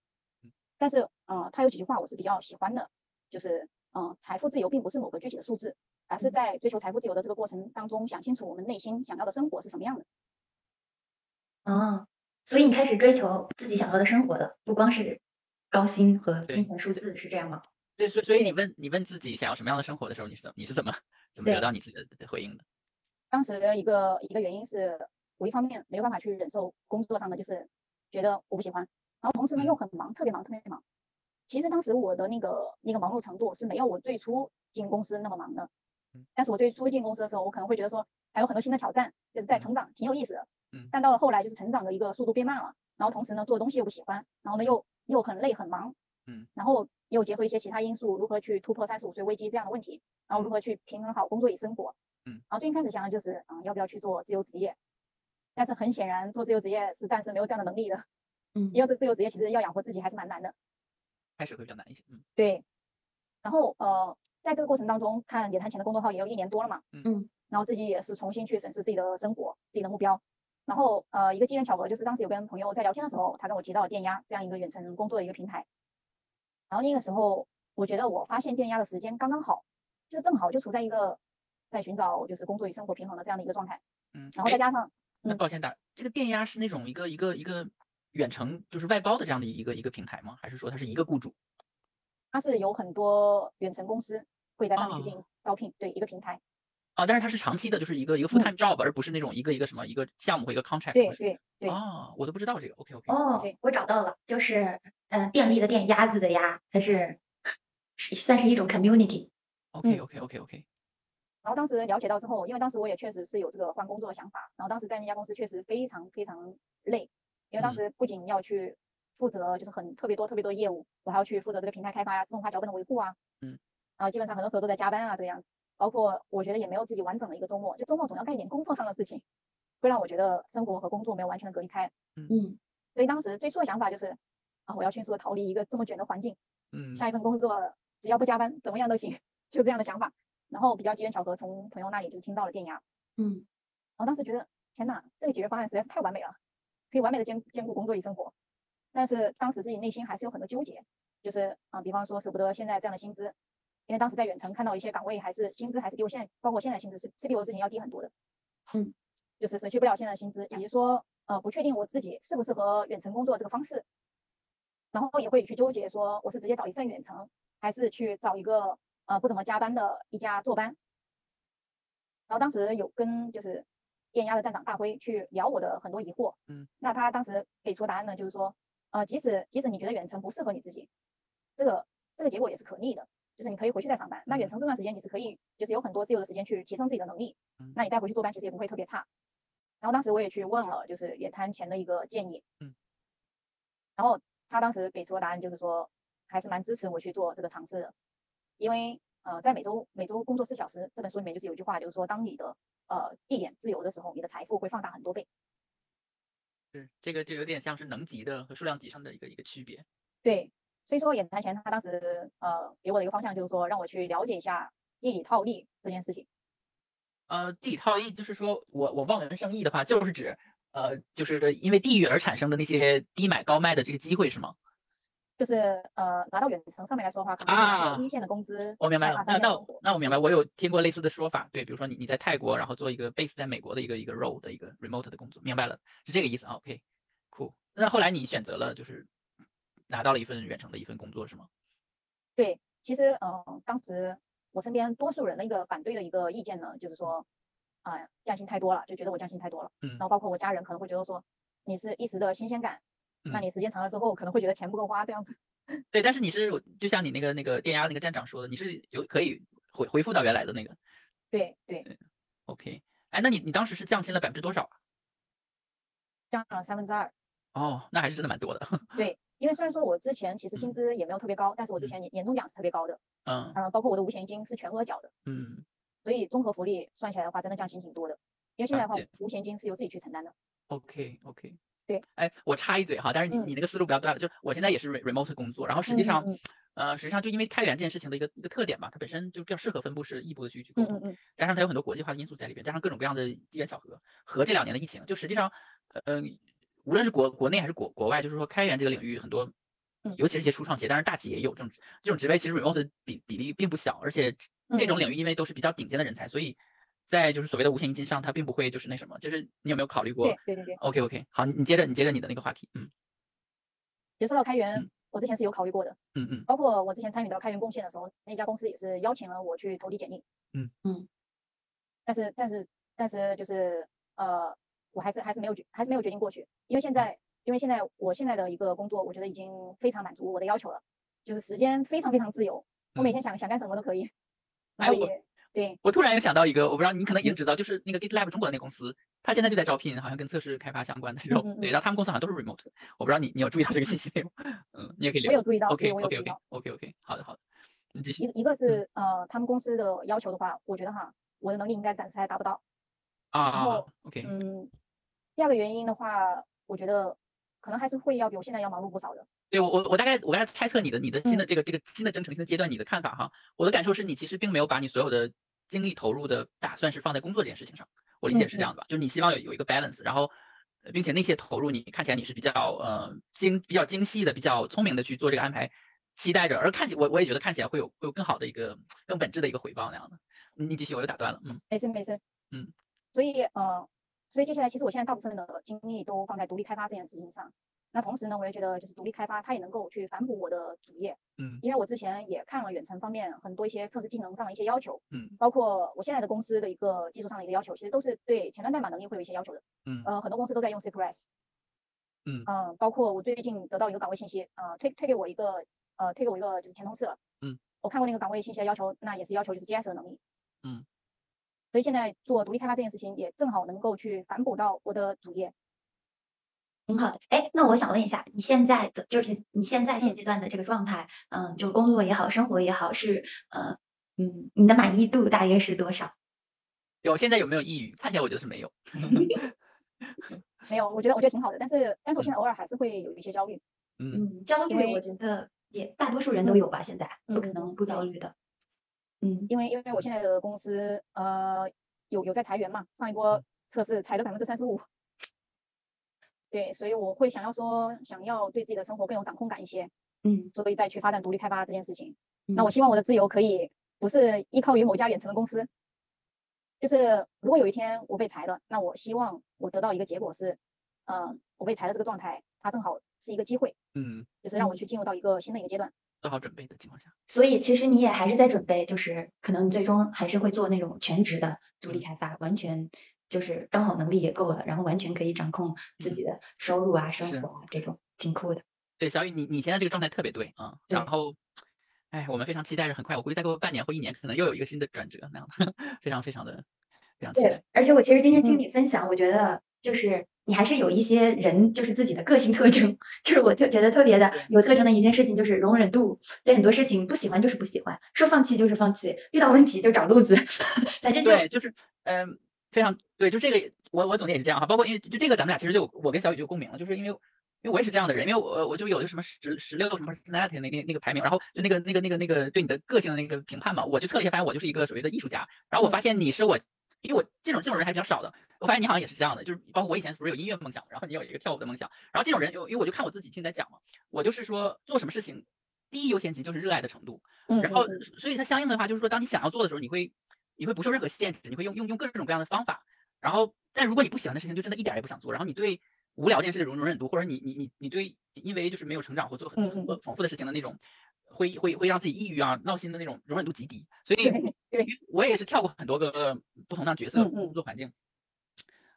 C: 嗯。
B: 但是，呃，他有几句话我是比较喜欢的，就是，嗯、财富自由并不是某个具体的数字，而是
A: 嗯
B: 在追求财富自由的这个过程当中，想清楚我们内心想要的生活是什么样的。
A: 哦，所以你开始追求自己想要的生活了，不光是高薪和金
C: 对
A: 钱数字，是这样吗？
C: 对，所以所以你问你问自己想要什么样的生活的时候，你是怎么你是怎么怎么得
A: 对
C: 到你自己的的回应的？
B: 当时的一个一个原因是，我一方面没有办法去忍受工作上的，就是觉得我不喜欢，然后同时呢
C: 嗯
B: 又很忙，特别忙，特别忙。其实当时我的那个那个忙碌程度是没有我最初进公司那么忙的
C: 嗯，
B: 但是我最初进公司的时候，我可能会觉得说还有很多新的挑战，就是在
C: 嗯
B: 成长，挺有意思的
C: 嗯。
B: 但到了后来，就是成长的一个速度变慢了，然后同时呢做的东西又不喜欢，然后呢又又很累很忙，
C: 嗯，
B: 然后又结合一些其他因素，如何去突破三十五岁危机这样的问题，然后如
C: 嗯
B: 何去平衡好工作与生活，然后啊最一开始想的就是，嗯，要不要去做自由职业？但是很显然，做自由职业是暂时没有这样的能力的，
A: 嗯
B: 因为这自由职业其实要养活自己还是蛮难的。
C: 开始会比较难一些，嗯
B: 对。然后呃，在这个过程当中，看野谈前的公众号也有一年多了嘛，
A: 嗯，
B: 然后自己也是重新去审视自己的生活、自己的目标。然后呃，一个机缘巧合，就是当时有跟朋友在聊天的时候，他跟我提到了电压这样一个远程工作的一个平台。然后那个时候，我觉得我发现电压的时间刚刚好，就是正好就处在一个在寻找就是工作与生活平衡的这样的一个状态。
C: 嗯，
B: 然后
C: 哎
B: 再加上
C: 那
B: 嗯
C: 抱歉打，这个电压是那种一个一个一个远程就是外包的这样的一个一个平台吗？还是说它是一个雇主？
B: 它是有很多远程公司会在上面去
C: 哦
B: 进行招聘，对一个平台，
C: 啊，但是它是长期的，就是一个一个 full time job，而不是那种一个一个什么一个项目和一个 contract，
B: 嗯对
C: 不是？
B: 对对
C: 哦，我都不知道这个，OK OK，
A: 哦
B: 对，
A: 我找到了，就是呃，电力的电，鸭子的鸭，它是是算是一种 community。
B: 哦嗯
C: OK OK OK OK，
B: 然后当时了解到之后，因为当时我也确实是有这个换工作的想法，然后当时在那家公司确实非常非常累，因为当
C: 嗯
B: 时不仅要去负责就是很特别多特别多业务，我还要去负责这个平台开发呀、自动化脚本的维护啊，
C: 嗯，
B: 然后基本上很多时候都在加班啊这个样子，包括我觉得也没有自己完整的一个周末，就周末总要干一点工作上的事情，会让我觉得生活和工作没有完全的隔离开，
A: 嗯
B: 所以当时最初的想法就是啊，我要迅速的逃离一个这么卷的环境。
C: 嗯，
B: 下一份工作只要不加班，怎么样都行，就这样的想法。然后比较机缘巧合，从朋友那里就是听到了电压，然
A: 嗯
B: 后当时觉得天呐，这个解决方案实在是太完美了，可以完美的兼兼顾工作与生活。但是当时自己内心还是有很多纠结，就是啊、比方说舍不得现在这样的薪资，因为当时在远程看到一些岗位还是薪资还是比我现在，包括现在薪资是是比我之前要低很多的。
A: 嗯，
B: 就是舍弃不了现在的薪资，以及说呃不确定我自己适不适合远程工作这个方式，然后也会去纠结说我是直接找一份远程，还是去找一个呃不怎么加班的一家坐班。然后当时有跟就是电压的站长大辉去聊我的很多疑惑，
C: 嗯，
B: 那他当时给出答案呢，就是说，呃，即使即使你觉得远程不适合你自己，这个这个结果也是可逆的，就是你可以回去再上班。那远程这段时间你是可以，就是有很多自由的时间去提升自己的能力
C: 嗯，
B: 那你再回去坐班其实也不会特别差。然后当时我也去问了，就是野摊前的一个建议，
C: 嗯，
B: 然后他当时给出的答案就是说，还是蛮支持我去做这个尝试的，因为呃，在每周每周工作四小时这本书里面就是有一句话，就是说当你的呃地点自由的时候，你的财富会放大很多倍。
C: 是这个就有点像是能级的和数量级上的一个一个区别。
B: 对，所以说演谈前他当时呃给我的一个方向就是说让我去了解一下地理套利这件事情。
C: 呃，地理套利就是说我我望文生义的话，就是指呃，就是因为地域而产生的那些低买高卖的这个机会是吗？
B: 就是呃，拿到远程上面来说的话，可能是拿
C: 啊
B: 一线的工资。
C: 我明白
B: 再
C: 了
B: 把，它
C: 那
B: 变
C: 那
B: 成
C: 我那我明白，我有听过类似的说法，对，比如说你你在泰国，然后做一个 base 在美国的一个一个 role 的一个 remote 的工作，明白了，是这个意思啊，OK，酷、cool。那后来你选择了就是拿到了一份远程的一份工作是吗？
B: 对，其实呃，当时我身边多数人的一个反对的一个意见呢，就是说啊、降薪太多了，就觉得我降薪太多了。
C: 嗯
B: 然后包括我家人可能会觉得说，你是一时的新鲜感，那
C: 嗯
B: 你时间长了之后可能会觉得钱不够花这样子。
C: 对，但是你是就像你那个那个电压那个站长说的，你是有可以回回复到原来的那个
B: 对对，
C: OK。哎，那你你当时是降薪了百分之多少啊？
B: 降了三分之二。
C: 哦，那还是真的蛮多的。
B: 对，因为虽然说我之前其实薪
C: 啊嗯
B: 资也没有特别高，但是我之
C: 嗯
B: 前年年终奖是特别高的，
C: 嗯
B: 嗯、包括我的五险一金是全额缴的，
C: 嗯，
B: 所以综合福利算起来的话，真的降薪挺多的。因为现在的话
C: 了解，
B: 五险一金是由自己去承担的。
C: OK OK，
B: 对，
C: 哎，我插一嘴哈，但是你
B: 嗯
C: 你那个思路不要断了，就是我现在也是 re- remote 工作，然后实际
B: 嗯
C: 上
B: 嗯，
C: 呃，实际上就因为开源这件事情的一个一个特点吧，它本身就比较适合分布式异步的去去沟
B: 嗯
C: 通
B: 嗯，嗯，
C: 加上它有很多国际化的因素在里边，加上各种各样的机缘巧合和这两年的疫情，就实际上，呃，无论是国国内还是国国外，就是说开源这个领域很多
B: 嗯，
C: 尤其是一些初创企业，当然大企业也有这种这种职位，其实 remote 的比比例并不小，而且
B: 嗯
C: 这种领域因为都是比较顶尖的人才，所以在就是所谓的五险一金上，它并不会就是那什么，就是你有没有考虑过
B: 对对对对，
C: ？OK OK，好，你接着你接着你的那个话题，嗯
B: 其实说到开源
C: 嗯，
B: 我之前是有考虑过的，
C: 嗯嗯
B: 包括我之前参与到开源贡献的时候，那家公司也是邀请了我去投递简历。
C: 嗯
A: 嗯，
B: 但是但是但是就是呃，我还是还是没有决还是没有决定过去，因为
C: 嗯
B: 现在因为现在我现在的一个工作，我觉得已经非常满足我的要求了，就是时间非常非常自由，我每天想想干什么都可以，然
C: 哎
B: 后
C: 嗯我
B: 也对
C: 我突然又想到一个，我不知道你可能已经知道，就是那个 GitLab 中国的那公司，它现在就在招聘，好像跟测试开发相关的这
B: 嗯
C: 种
B: 嗯。
C: 对，然后他们公司好像都是 remote，我不知道你你有注意到这个信息没有？嗯，你也可以
B: 我
C: 聊
B: 有。注意到，
C: OK
B: 对我有注
C: OK
B: 意
C: OK 嗯
B: 到。
C: OK OK，好的好的，你继续
B: 一一个是呃，他们公司的要求的话，我觉得哈，我的能力应该暂时还达不到。
C: 啊
B: 后。
C: OK，
B: 嗯，第二个原因的话，我觉得可能还是会要比我现在要忙碌不少的。
C: 对我我我大概我大概猜测你的你的新的
B: 嗯
C: 这个这个新的征程新的阶段你的看法哈，我的感受是你其实并没有把你所有的精力投入的打算是放在工作这件事情上，我理解是这
B: 嗯
C: 样的吧？就是你希望有有一个 balance，然后呃并且那些投入你看起来你是比较呃精比较精细的、比较聪明的去做这个安排，期待着，而看起我我也觉得看起来会有会有更好的一个更本质的一个回报那样的。你继续，我又打断了，嗯
B: 没事没事，
C: 嗯，
B: 所以呃，所以接下来其实我现在大部分的精力都放在独立开发这件事情上。那同时呢，我也觉得就是独立开发它也能够去反哺我的主业，
C: 嗯
B: 因为我之前也看了远程方面很多一些测试技能上的一些要求，
C: 嗯
B: 包括我现在的公司的一个技术上的一个要求，其实都是对前端代码能力会有一些要求的。
C: 嗯
B: 呃，很多公司都在用 Cypress，
C: 嗯
B: 呃，包括我最近得到一个岗位信息，呃，推推给我一个呃，推给我一个就是前同事了，
C: 嗯，
B: 我看过那个岗位信息的要求，那也是要求就是 JS 的能力，
C: 嗯，
B: 所以现在做独立开发这件事情也正好能够去反哺到我的主业，
A: 挺好的。哎，那我想问一下，你现在的就是你现在现
B: 嗯
A: 阶段的这个状态，嗯，就工作也好，生活也好，是呃，嗯，你的满意度大约是多
B: 嗯
A: 少？
C: 有现在有没有抑郁？看起来我觉得是没有。
B: 没有，我觉得我觉得挺好的，但是但是我现
C: 嗯
B: 在偶尔还是会有一些焦虑，
C: 嗯
A: 嗯，焦
B: 因
A: 虑，我
B: 为
A: 觉得也大多数人都
B: 嗯
A: 有吧，现在不可
B: 嗯
A: 能不
B: 对
A: 焦虑的。嗯
B: 因为因为我现在的公司呃有有在裁员嘛，上一波
C: 嗯
B: 测试裁了百分之三十五，对，所以我会想要说想要对自己的生活更有掌控感一些，
A: 嗯
B: 所以再去发展独立开发这件事情。那我希望我的自由可以不是依靠于某家远程的公司，就是如果有一天我被裁了，那我希望我得到一个结果是，呃，我被裁的这个状态，它正好是一个机会，
C: 嗯，
B: 就是让我去进入到一个新的一个阶段。
C: 做好准备的情况下，
A: 所以其实你也还是在准备，就是可能你最终还是会做那种全职的独
B: 嗯
A: 立开发，完全就是刚好能力也够了，然后完全可以掌控
B: 嗯
A: 自己的收入啊、生
C: 是
A: 活啊，这种挺酷的。
C: 对小雨，你你现在这个状态特别对啊、嗯
A: 对
C: 然后，哎，我们非常期待着，很快，我估计再过半年或一年，可能又有一个新的转折，那样的， 非常非常的非常期
A: 对
C: 待。，
A: 而且我其实今天听
B: 嗯
A: 你分享，我觉得就是你还是有一些人就是自己的个性特征， 就是我就觉得特别的有特征的一件事情就是容忍度，对很多事情不喜欢就是不喜欢，说放弃就是放弃，遇到问题就找路子， 反正就
C: 对，就是嗯、非常对，就这个也我我总结也是这样哈，包括因为就这个咱们俩其实就我跟小雨就共鸣了，就是因为因为我也是这样的人，因为我我就有一个什么十十六什么 personality 那那那个排名，然后就那个那个那个那个对你的个性的那个评判嘛，我就测了一下，发现我就是一个所谓的艺术家，然后我发现你是我。因为我这种这种人还比较少的，我发现你好像也是这样的，就是包括我以前不是有音乐梦想，然后你有一个跳舞的梦想，然后这种人，因为因为我就看我自己听你在讲嘛，我就是说做什么事情，第一优先级就是热爱的程度，
B: 嗯，
C: 然
B: 嗯
C: 后
B: 嗯，
C: 所以它相应的话就是说，当你想要做的时候，你会你会不受任何限制，你会用用用各种各样的方法。然后，但如果你不喜欢的事情，就真的一点儿也不想做。然后你对无聊这件事的容容忍度，或者你你你你对因为就是没有成长或做很
B: 嗯
C: 很
B: 嗯
C: 多重复的事情的那种，会会会让自己抑郁啊、闹心的那种容忍度极低。所以，
B: 对
C: 我也是跳过很多个不同的角色、
B: 嗯嗯
C: 工作环境。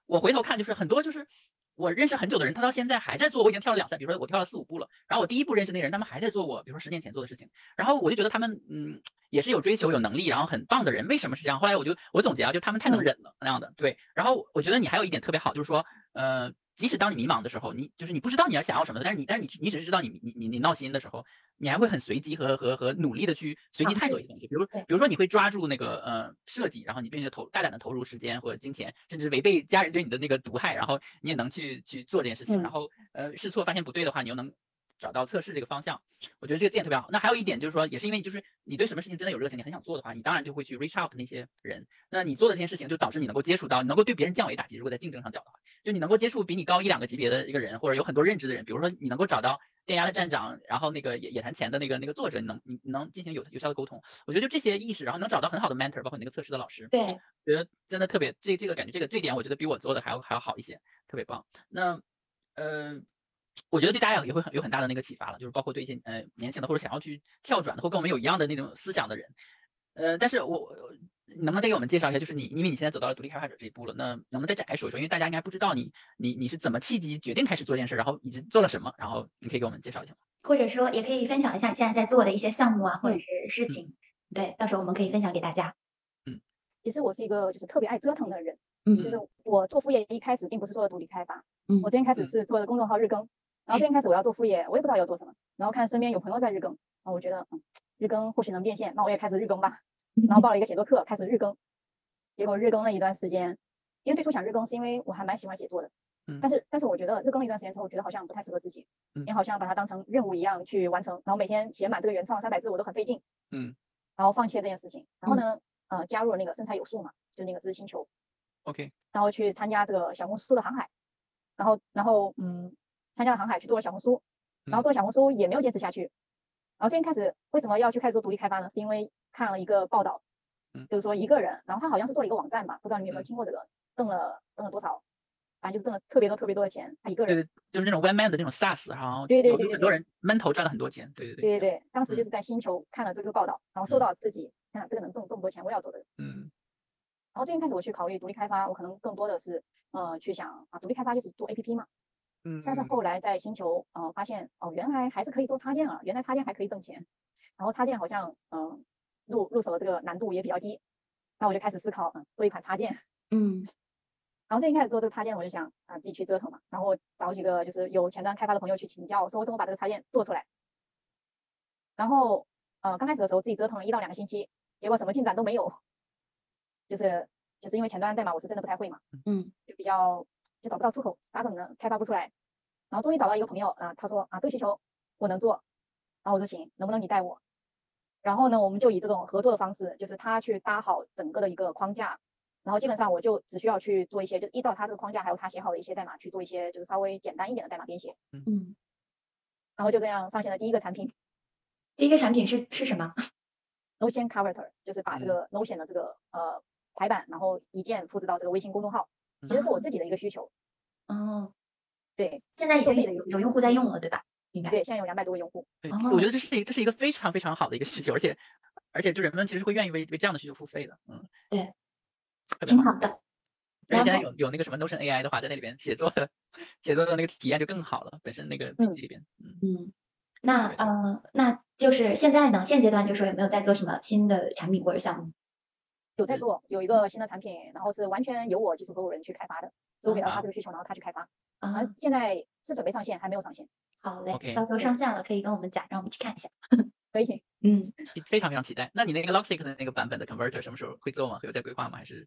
C: 我回头看，就是很多就是我认识很久的人，他到现在还在做我已经跳了两三，比如说我跳了四五步了。然后我第一步认识那人，他们还在做我，比如说十年前做的事情。然后我就觉得他们，嗯，也是有追求、有能力，然后很棒的人。为什么是这样？后来我就我总结啊，就他们太能
B: 嗯
C: 忍了那样的。对，然后我觉得你还有一点特别好，就是说，呃，即使当你迷茫的时候，你就是你不知道你要想要什么的，但是你但是你只你只是知道你你你你闹心的时候，你还会很随机和和和努力的去随机
A: 尝
C: 探
A: 试
C: 索一些东西。比如
A: 对
C: 比如说你会抓住那个呃设计，然后你并且投大胆的投入时间或金钱，甚至违背家人对你的那个毒害，然后你也能去去做这件事情。
B: 嗯
C: 然后呃试错发现不对的话，你又能找到测试这个方向。我觉得这个点特别好。那还有一点就是说，也是因为就是你对什么事情真的有热情，你很想做的话，你当然就会去 reach out 那些人。那你做的这件事情，就导致你能够接触到，你能够对别人降维打击。如果在竞争上讲的话，就你能够接触比你高一两个级别的一个人，或者有很多认知的人，比如说你能够找到电压的站长，然后那个野野谈前的那个那个作者，你能你你能进行有有效的沟通。我觉得就这些意识，然后能找到很好的 mentor，包括你那个测试的老师，
A: 对，
C: 觉得真的特别，这这个感觉，这个这点我觉得比我做的还要还要好一些，特别棒。那呃，我觉得对大家也会很有很大的那个启发了，就是包括对一些呃年轻的或者想要去跳转的或跟我们有一样的那种思想的人，呃，但是我你能不能再给我们介绍一下，就是你因为你现在走到了独立开发者这一步了，那能不能再展开说一说？因为大家应该不知道你你你是怎么契机决定开始做这件事，然后以及做了什么，然后你可以给我们介绍一下吗？
A: 或者说也可以分享一下你现在在做的一些项目啊，或者
B: 嗯
A: 是事情，对，到时候我们可以分享给大家。
B: 其实我是一个就是特别爱折腾的人，就
A: 嗯
B: 是我做副业一开始并不是做的独立开发，
A: 嗯
B: 我最近开始
C: 嗯
B: 是做的公众号日更，然后最近开始我要做副业，我也不知道要做什么，然后看身边有朋友在日更，然后我觉得嗯，日更或许能变现，那我也开始日更吧，
C: 嗯
B: 然后报了一个写作课，开始日更，结果日更了一段时间，因为最初想日更是因为我还蛮喜欢写作的，但是但是我觉得日更了一段时间之后，我觉得好像不太适合自己，
C: 嗯
B: 也好像把它当成任务一样去完成，然后每天写满这个原创三百字我都很费劲，
C: 嗯，
B: 然后放弃了这件事情，然后呢，呃，加入了那个身材有数嘛，就那个知识星球，
C: OK，
B: 然后去参加这个小红书的航海，然后然后嗯，参加了航海去做了小红书，然后
C: 嗯
B: 做小红书也没有坚持下去。然后最近开始为什么要去开始做独立开发呢？是因为看了一个报道，
C: 嗯
B: 就是说一个人，然后他好像是做了一个网站吧，不知道你有没有
C: 嗯
B: 听过这个，挣了挣了多少，反正就是挣了特别多特别多的钱，他一个
C: 对
B: 人。
C: 对，就是那种 one man 的那种 SaaS，然后
B: 对对
C: 有
B: 对
C: 有
B: 对
C: 很多
B: 对
C: 人闷头赚了很多钱，对对
B: 对对对，当时就
C: 嗯
B: 是在星球看了这个报道，然后受
C: 嗯
B: 到了刺激，看、这个能挣这么多钱，我也要做这个。
C: 嗯
B: 然后最近开始我去考虑独立开发，我可能更多的是呃去想啊，独立开发就是做 APP 嘛，
C: 嗯，
B: 但是后来在星球呃发现哦，原来还是可以做插件啊，原来插件还可以挣钱，然后插件好像嗯、呃入入手的这个难度也比较低，那我就开始思考嗯做一款插件，
A: 嗯
B: 然后最近开始做这个插件，我就想啊自己去折腾嘛，然后找几个就是有前端开发的朋友去请教，我说我怎么把这个插件做出来，然后呃刚开始的时候自己折腾了一到两个星期，结果什么进展都没有，就是就是因为前端代码我是真的不太会嘛。
A: 嗯
B: 就比较就找不到出口，咋整呢？开发不出来。然后终于找到一个朋友啊，他说啊，这个需求我能做，然后我说行，能不能你带我？然后呢，我们就以这种合作的方式，就是他去搭好整个的一个框架，然后基本上我就只需要去做一些，就依照他这个框架还有他写好的一些代码去做一些，就是稍微简单一点的代码编写。
A: 嗯，
B: 然后就这样上线了第一个产品，
A: 第一个产品是是什么？
B: Notion Cover，就是把这个 Notion 的这个呃排版，然后一键复制到这个微信公众号，其实是我自己的一个需求。
A: 哦，
B: 对
A: 现在已
B: 就
A: 经
B: 可以
A: 有有用户在用了，对吧？应该
B: 对，现在有两百多个用户。
C: 对，
A: 哦
C: 我觉得这是一这是一个非常非常好的一个需求，而且而且就人们其实会愿意为为这样的需求付费的，嗯，
A: 对
C: 特别
A: 挺
C: 好。
A: 好的。
C: 而且
A: 然
C: 现在
A: 后
C: 有有那个什么 Notion AI 的话，在那里边写作的写作的那个体验就更好了，本身那个笔
B: 嗯
C: 记里边，嗯，
A: 嗯，那
C: 对
A: 呃，那就是现在呢，现阶段就是有没有在做什么新的产品或者项目？
B: 有在
C: 嗯
B: 做，有一个新的产品，然后是完全由我技术合伙人去开发的，是我给到
C: 啊
B: 他这个需求，然后他去开发，
A: 啊
B: 而，现在是准备上线，还没有上线，
A: 好嘞，
C: OK
A: 到时候上线了可以跟我们讲，让我们去看一下。
B: 所以
A: 嗯，
C: 非常非常期待。那你那个 Loxic 的那个版本的 Converter 什么时候会做吗？有在规划吗？还是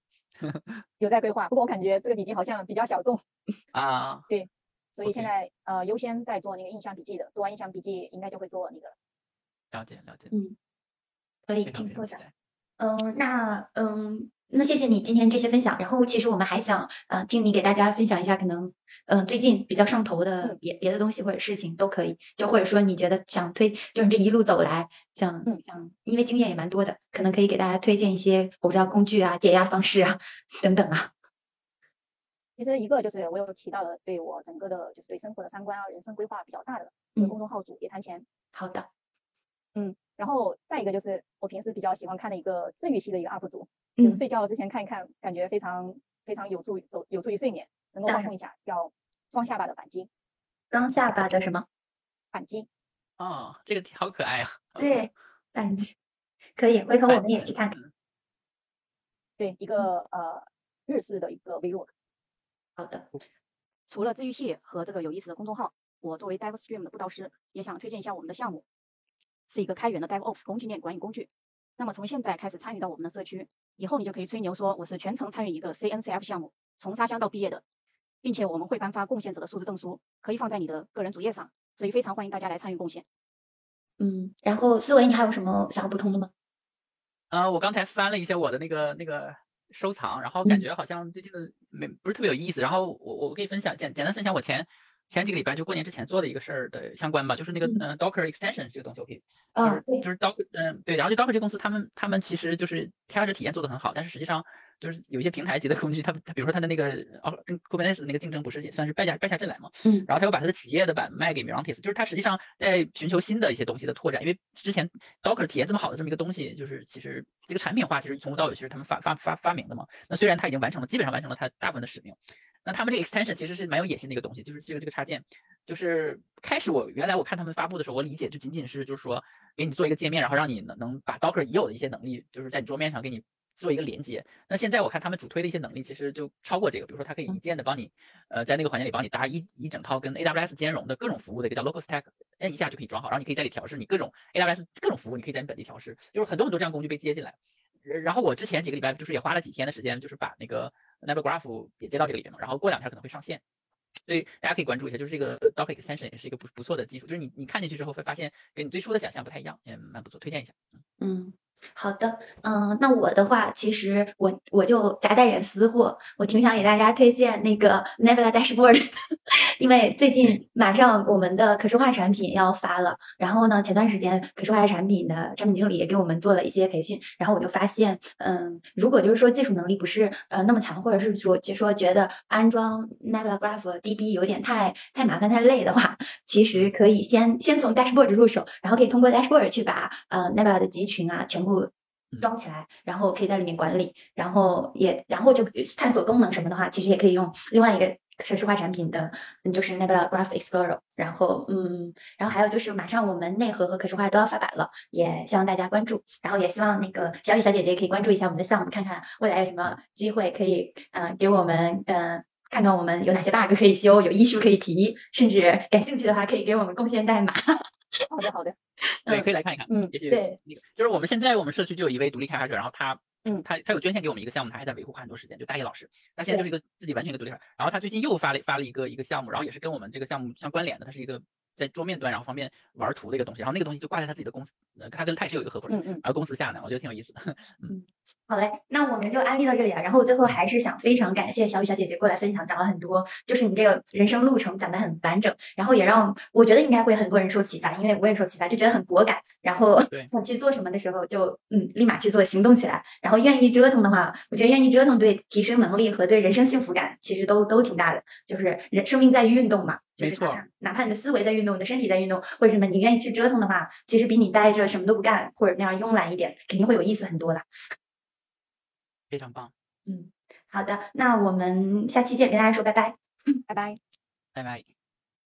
B: 有在规划。不过我感觉这个笔记好像比较小众，
A: 嗯
C: 啊？
B: 所以现
C: OK
B: 在呃优先在做那个印象笔记的，做完印象笔记应该就会做那个了。
C: 了解了解，
A: 可以
C: 非，常
A: 请
C: 非
A: 坐
C: 常期
A: 着。
C: 待。
A: 嗯，那嗯，那谢谢你今天这些分享。然后，其实我们还想，呃，听你给大家分享一下，可能，嗯、最近比较上头的
B: 嗯
A: 别别的东西或者事情都可以，就或者说你觉得想推，就是你这一路走来，想
B: 嗯
A: 想，因为经验也蛮多的，可能可以给大家推荐一些，我不知道工具啊、解压方式啊 等等啊。
B: 其实一个就是我有提到的，对我整个的就是对生活的三观啊、人生规划比较大的，就是
A: 嗯
B: 公众号主别谈钱。
A: 好的，
B: 嗯，然后再一个就是我平时比较喜欢看的一个治愈系的一个 UP 主，就是
A: 嗯，
B: 睡觉之前看一看，感觉非常非常有助于走有助于睡眠，能够
A: 当
B: 放
A: 然
B: 松一下，叫双下巴的反击
A: 刚下巴的什么？
B: 反击。
C: 哦，这个好可爱啊！
A: 对，感觉可以，回头我们也去看看。
C: 看。
B: 对，一个呃日式的一个 vlog。
A: 好的，
B: 除了治愈系和这个有意思的公众号，我作为 DevStream 的布道师，也想推荐一下我们的项目，是一个开源的 DevOps 工具链管理工具。那么从现在开始参与到我们的社区，以后你就可以吹牛说我是全程参与一个 CNCF 项目，从沙箱到毕业的，并且我们会颁发贡献者的述职证书，可以放在你的个人主页上，所以非常欢迎大家来参与贡献。
A: 嗯，然后思维，你还有什么想要补充的吗？
C: 啊，我刚才翻了一下我的那个那个收藏，然后感
A: 嗯
C: 觉好像最近的没不是特别有意思。然后我我可以分享简简单分享我前前几个礼拜就过年之前做的一个事儿的相关吧，就是那个
A: 嗯
C: 呃 Docker extension 这个东西，我可以就
A: 啊，
C: 是
A: 对，
C: 就是 Docker，嗯，对，然后就 Docker 这公司，他们他们其实就是开发者体验做得很好，但是实际上就是有一些平台级的工具，它它比如说它的那个哦跟 Kubernetes 那个竞争不是也算是败下败下阵来嘛，
A: 嗯
C: 然后他又把他的企业的版卖给 Mirantis，就是他实际上在寻求新的一些东西的拓展，因为之前 Docker 体验这么好的这么一个东西，就是其实这个产品化其实从无到有其实他们发发发发明的嘛，那虽然他已经完成了，基本上完成了他大部分的使命。那他们这个 extension 其实是蛮有野心的一个东西，就是这个这个插件，就是开始我原来我看他们发布的时候，我理解就仅仅是就是说给你做一个界面，然后让你能能把 Docker 已有的一些能力，就是在你桌面上给你做一个连接。那现在我看他们主推的一些能力，其实就超过这个，比如说它可以一键的帮你，呃，在那个环节里帮你搭一一整套跟 AWS 兼容的各种服务的一个叫 Local Stack，摁一下就可以装好，然后你可以在里调试你各种 AWS 各种服务，你可以在你本地调试，就是很多很多这样工具被接进来。然然后我之前几个礼拜就是也花了几天的时间，就是把那个 n e v e r Graph 也接到这个里面嘛，然后过两天可能会上线。所以大家可以关注一下，就是这个 Docker Extension 也是一个不不错的技术，就是你你看进去之后会发现跟你最初的想象不太一样，也蛮不错，推荐一下。
A: 嗯，好的，嗯，那我的话，其实我我就夹带点私货，我挺想给大家推荐那个 Nebula Dashboard，因 为最近马上我们的可视化产品要发了，然后呢，前段时间可视化产品的产品经理也给我们做了一些培训，然后我就发现，嗯，如果就是说技术能力不是呃那么强，或者是说就说觉得安装 Nebula Graph DB 有点太太麻烦太累的话，其实可以先先从 dashboard 入手，然后可以通过 dashboard 去把呃 Nebula 的集群啊全部装起来，然后可以在里面管理，然后也然后就探索功能什么的话，其实也可以用另外一个可视化产品的，嗯就是 Nebula Graph Explorer。然后嗯，然后还有就是马上我们内核和可视化都要发版了，也希望大家关注，然后也希望那个小雨小姐姐可以关注一下我们的项目，看看未来有什么机会可以呃给我们呃看看我们有哪些 bug 可以修，有 issue 可以提，甚至感兴趣的话可以给我们贡献代码。
B: 好的，好的，
C: 对，
A: 嗯
C: 可以来看一看。
B: 嗯
C: 也许
A: 对
C: 那个就是我们现在我们社区就有一位独立开发者，然后他，
B: 嗯
C: 他他有捐献给我们一个项目，他还在维护，花很多时间，就大叶老师，他现
A: 对
C: 在就是一个自己完全一个独立开发者。然后他最近又发了发了一个一个项目，然后也是跟我们这个项目相关联的，它是一个在桌面端，然后方便玩图的一个东西。然后那个东西就挂在他自己的公司，呃，他跟他也是有一个合伙人，
B: 嗯嗯，
C: 然后公司下呢，我觉得挺有意思的。嗯，
A: 好嘞，那我们就安利到这里啊。然后最后还是想非常感谢小雨小姐姐过来分享，讲了很多，就是你这个人生路程讲得很完整，然后也让我觉得应该会很多人受启发，因为我也受启发，就觉得很果敢，然后
C: 对
A: 想去做什么的时候就嗯立马去做，行动起来，然后愿意折腾的话，我觉得愿意折腾对提升能力和对人生幸福感其实都都挺大的，就是人生命在于运动嘛，就
C: 没
A: 是
C: 错
A: 哪怕哪怕你的思维在运动，你的身体在运动，或者什么你愿意去折腾的话，其实比你待着什么都不干或者那样慵懒一点，肯定会有意思很多的。
C: 非常棒，
A: 好的，那我们下期见，跟大家说拜拜。
B: 拜拜。
C: 拜拜。